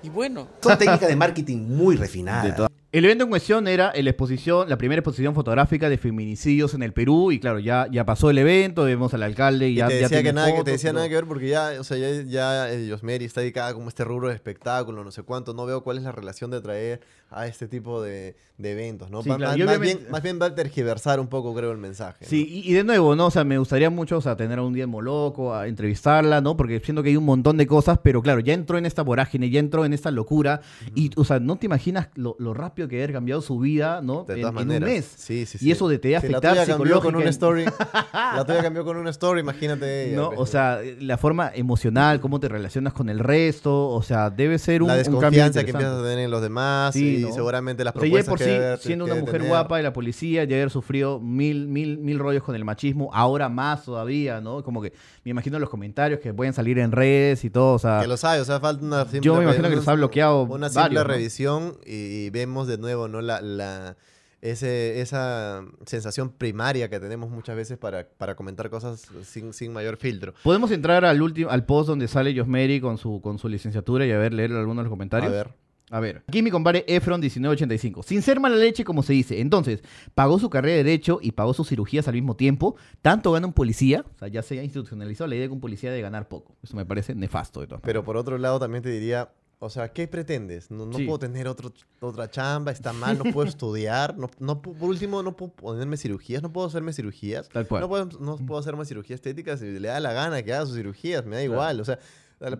Speaker 22: Y bueno.
Speaker 7: Son técnicas de marketing muy refinadas.
Speaker 3: De todas- El evento en cuestión era el exposición, la primera exposición fotográfica de feminicidios en el Perú y claro, ya, ya pasó el evento, vemos al alcalde y,
Speaker 4: Y
Speaker 3: ya,
Speaker 4: te
Speaker 3: ya
Speaker 4: decía,
Speaker 3: tiene
Speaker 4: que, nada, que, te
Speaker 3: fotos,
Speaker 4: decía
Speaker 3: pero-
Speaker 4: nada que ver porque ya, o sea, ya, ya eh, Yosmeri está dedicada como a este rubro de espectáculo, no sé cuánto. No veo cuál es la relación de traer a este tipo de, de eventos, ¿no?
Speaker 3: Sí,
Speaker 4: Va-
Speaker 3: claro,
Speaker 4: más,
Speaker 3: y
Speaker 4: más
Speaker 3: obviamente-
Speaker 4: bien, más bien va a tergiversar un poco, creo, el mensaje. ¿no?
Speaker 3: Sí, y, y de nuevo, ¿no? O sea, me gustaría mucho, o sea, tener a un día en Moloco, a entrevistarla, ¿no? Porque siento que hay un montón de cosas, pero claro, ya entró en esta vorágine, ya entró en esta locura. Y, o sea, no te imaginas lo, lo rápido que haber cambiado su vida, ¿no?
Speaker 4: De
Speaker 3: en,
Speaker 4: todas
Speaker 3: en un
Speaker 4: maneras.
Speaker 3: mes.
Speaker 4: Sí, sí,
Speaker 3: Y
Speaker 4: sí.
Speaker 3: eso de te
Speaker 4: Si
Speaker 3: afectar
Speaker 4: la tuya cambió con
Speaker 3: psicológica-
Speaker 4: una story. la tuya cambió con una story, imagínate. ella,
Speaker 3: No,
Speaker 4: pues,
Speaker 3: o sea, la forma emocional, cómo te relacionas con el resto, o sea, debe ser un,
Speaker 4: la
Speaker 3: un cambio
Speaker 4: desconfianza que
Speaker 3: interesante.
Speaker 4: empiezas a tener en los demás
Speaker 3: Sí,
Speaker 4: y
Speaker 3: ¿no?
Speaker 4: seguramente las
Speaker 3: O sea, ya de
Speaker 4: propuestas
Speaker 3: por
Speaker 4: que
Speaker 3: sí,
Speaker 4: debe-
Speaker 3: siendo
Speaker 4: que
Speaker 3: una
Speaker 4: debe
Speaker 3: mujer
Speaker 4: tener.
Speaker 3: guapa de la policía, ya haber sufrido mil, mil, mil rollos con el machismo, ahora más todavía, ¿no? Como que me imagino los comentarios que pueden salir en redes y todo, o sea...
Speaker 4: Que los hay, o sea, falta una simple
Speaker 3: Yo me imagino
Speaker 4: re-
Speaker 3: que los ha bloqueado
Speaker 4: Una simple
Speaker 3: varios, ¿no?
Speaker 4: revisión y, y vemos de nuevo, ¿no? La, la- ese, esa sensación primaria que tenemos muchas veces para, para comentar cosas sin, sin mayor filtro.
Speaker 3: ¿Podemos entrar al último al post donde sale Josmeri con su, con su licenciatura y a ver, leer algunos de los comentarios?
Speaker 4: A ver.
Speaker 3: A ver, aquí mi compadre Efron 1985. Sin ser mala leche, como se dice. Entonces, pagó su carrera de Derecho y pagó sus cirugías al mismo tiempo. Tanto gana un policía. O sea, ya se ha institucionalizado la idea de que un policía debe ganar poco. Eso me parece nefasto de todas
Speaker 4: Pero por otro lado también te diría, o sea, ¿qué pretendes? No, no
Speaker 3: Sí.
Speaker 4: puedo tener otro, otra chamba, está mal, no puedo estudiar, no, no pu- por último no puedo ponerme cirugías, no puedo hacerme cirugías.
Speaker 3: Tal cual.
Speaker 4: No puedo, no puedo hacerme cirugía estética, si le da la gana que haga sus cirugías, me da igual, o sea...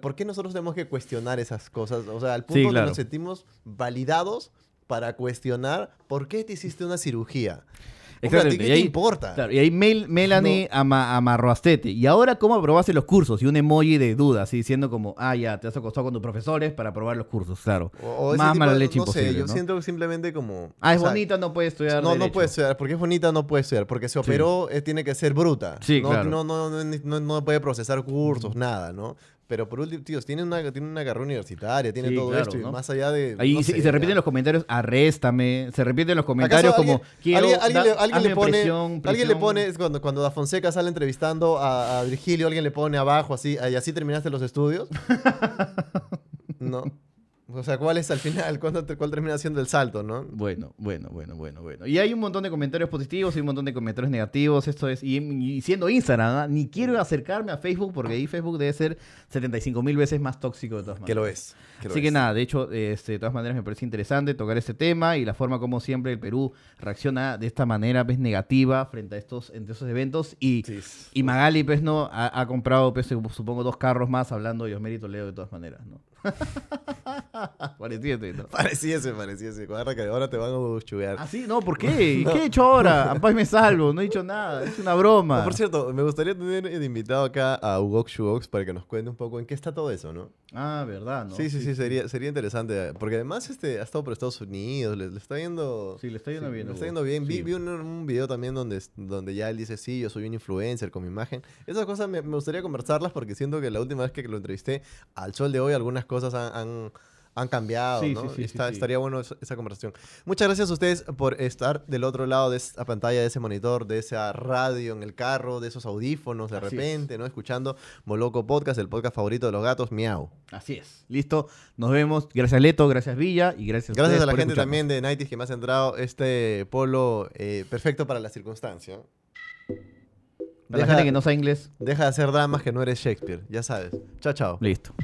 Speaker 4: ¿Por qué nosotros tenemos que cuestionar esas cosas? O sea, al punto
Speaker 3: claro.
Speaker 4: que nos sentimos validados para cuestionar por qué te hiciste una cirugía. Hombre, ¿a ti
Speaker 3: Exactamente.
Speaker 4: ¿Qué
Speaker 3: Y
Speaker 4: te
Speaker 3: ahí-
Speaker 4: importa?
Speaker 3: claro, y ahí Mel- Melanie ama- Amarroastete. ¿Y ahora cómo aprobaste los cursos? Y un emoji de duda, así diciendo como, ah, ya, te has acostado con tus profesores para aprobar los cursos, claro.
Speaker 4: O- o ese
Speaker 3: Más
Speaker 4: tipo
Speaker 3: mala
Speaker 4: de-
Speaker 3: leche
Speaker 4: no sé,
Speaker 3: imposible,
Speaker 4: yo
Speaker 3: ¿no?
Speaker 4: siento que simplemente como...
Speaker 3: Ah, es
Speaker 4: o sea,
Speaker 3: bonita, no puede estudiar
Speaker 4: No, no
Speaker 3: Derecho.
Speaker 4: puede estudiar. Porque es bonita, no puede estudiar. Porque se operó, eh, tiene que ser bruta.
Speaker 3: Sí,
Speaker 4: no,
Speaker 3: claro.
Speaker 4: No, no, no, no- no puede procesar cursos, nada, ¿no? Pero por último, tíos, tiene una, tiene una carrera universitaria, tiene
Speaker 3: Sí,
Speaker 4: todo
Speaker 3: claro,
Speaker 4: esto. y
Speaker 3: ¿no?
Speaker 4: más allá de...
Speaker 3: Ahí
Speaker 4: no
Speaker 3: se-
Speaker 4: sé,
Speaker 3: y se
Speaker 4: ya.
Speaker 3: repiten los comentarios, arréstame. Se repiten los comentarios
Speaker 4: ¿Acaso
Speaker 3: como, quiero.
Speaker 4: alguien, alguien le-
Speaker 3: da-
Speaker 4: alguien le
Speaker 3: hazme
Speaker 4: pone,
Speaker 3: presión,
Speaker 4: alguien le
Speaker 3: presión".
Speaker 4: pone, es cuando, cuando Da Fonseca sale entrevistando a, a Virgilio, alguien le pone abajo así, y así terminaste los estudios. no. O sea, ¿cuál es al final? ¿Cuándo te- ¿Cuál termina siendo el salto, no?
Speaker 3: Bueno, bueno, bueno, bueno, bueno. Y hay un montón de comentarios positivos y un montón de comentarios negativos. Esto es, y, y siendo Instagram, ¿ah? ni
Speaker 4: Mm.
Speaker 3: quiero acercarme a Facebook porque ahí Facebook debe ser 75 mil veces más tóxico de todas maneras.
Speaker 4: Que lo es. lo
Speaker 3: Así que
Speaker 4: es.
Speaker 3: nada, de hecho, este, de todas maneras me parece interesante tocar este tema y la forma como siempre el Perú reacciona de esta manera pues, negativa frente a estos, entre esos eventos. Y, y Magali, pues, no, ha, ha comprado, pues, supongo, dos carros más hablando de Osmer y Toledo de todas maneras, ¿no? Pareciese, ¿no?
Speaker 4: Pareciese, pareciese. Guarda que ahora te van a buchugar.
Speaker 3: ¿Ah, sí? No, ¿por qué?
Speaker 4: No.
Speaker 3: ¿Qué he hecho ahora? Ampay me salvo, no he dicho nada, es una broma.
Speaker 4: No, Ah, por cierto, me gustaría tener de invitado acá a Hugo Shugox para que nos cuente un poco en qué está todo eso, ¿no?
Speaker 3: Ah, verdad, ¿no?
Speaker 4: Sí, sí, sí, sería, sería interesante. Porque además este, ha estado por Estados Unidos, le, le está yendo...
Speaker 3: Sí, le está yendo bien,
Speaker 4: Le
Speaker 3: Hugo.
Speaker 4: está yendo bien. Vi,
Speaker 3: Sí.
Speaker 4: vi un, un video también donde, donde ya él dice, sí, yo soy un influencer con mi imagen. Esas cosas me, me gustaría conversarlas porque siento que la última vez que lo entrevisté, al sol de hoy, algunas cosas han... han- han cambiado,
Speaker 3: Sí,
Speaker 4: ¿no?
Speaker 3: sí, sí, sí,
Speaker 4: Está-
Speaker 3: sí.
Speaker 4: Estaría bueno esa esa conversación. Muchas gracias a ustedes por estar del otro lado de esa pantalla, de ese monitor, de esa radio en el carro, de esos audífonos de
Speaker 3: Así es.
Speaker 4: repente, ¿no? Escuchando Moloco Podcast, el podcast favorito de los gatos, miau.
Speaker 3: Así es. Listo, nos vemos. Gracias Leto, gracias Villa y gracias a
Speaker 4: Gracias
Speaker 3: ustedes
Speaker 4: a la
Speaker 3: por
Speaker 4: gente
Speaker 3: escucharnos.
Speaker 4: también de Nighties que me ha centrado este polo eh, perfecto para la circunstancia.
Speaker 3: Para la gente que no sabe inglés.
Speaker 4: Deja de hacer dramas que no eres Shakespeare, ya sabes. Chao, chao.
Speaker 3: Listo.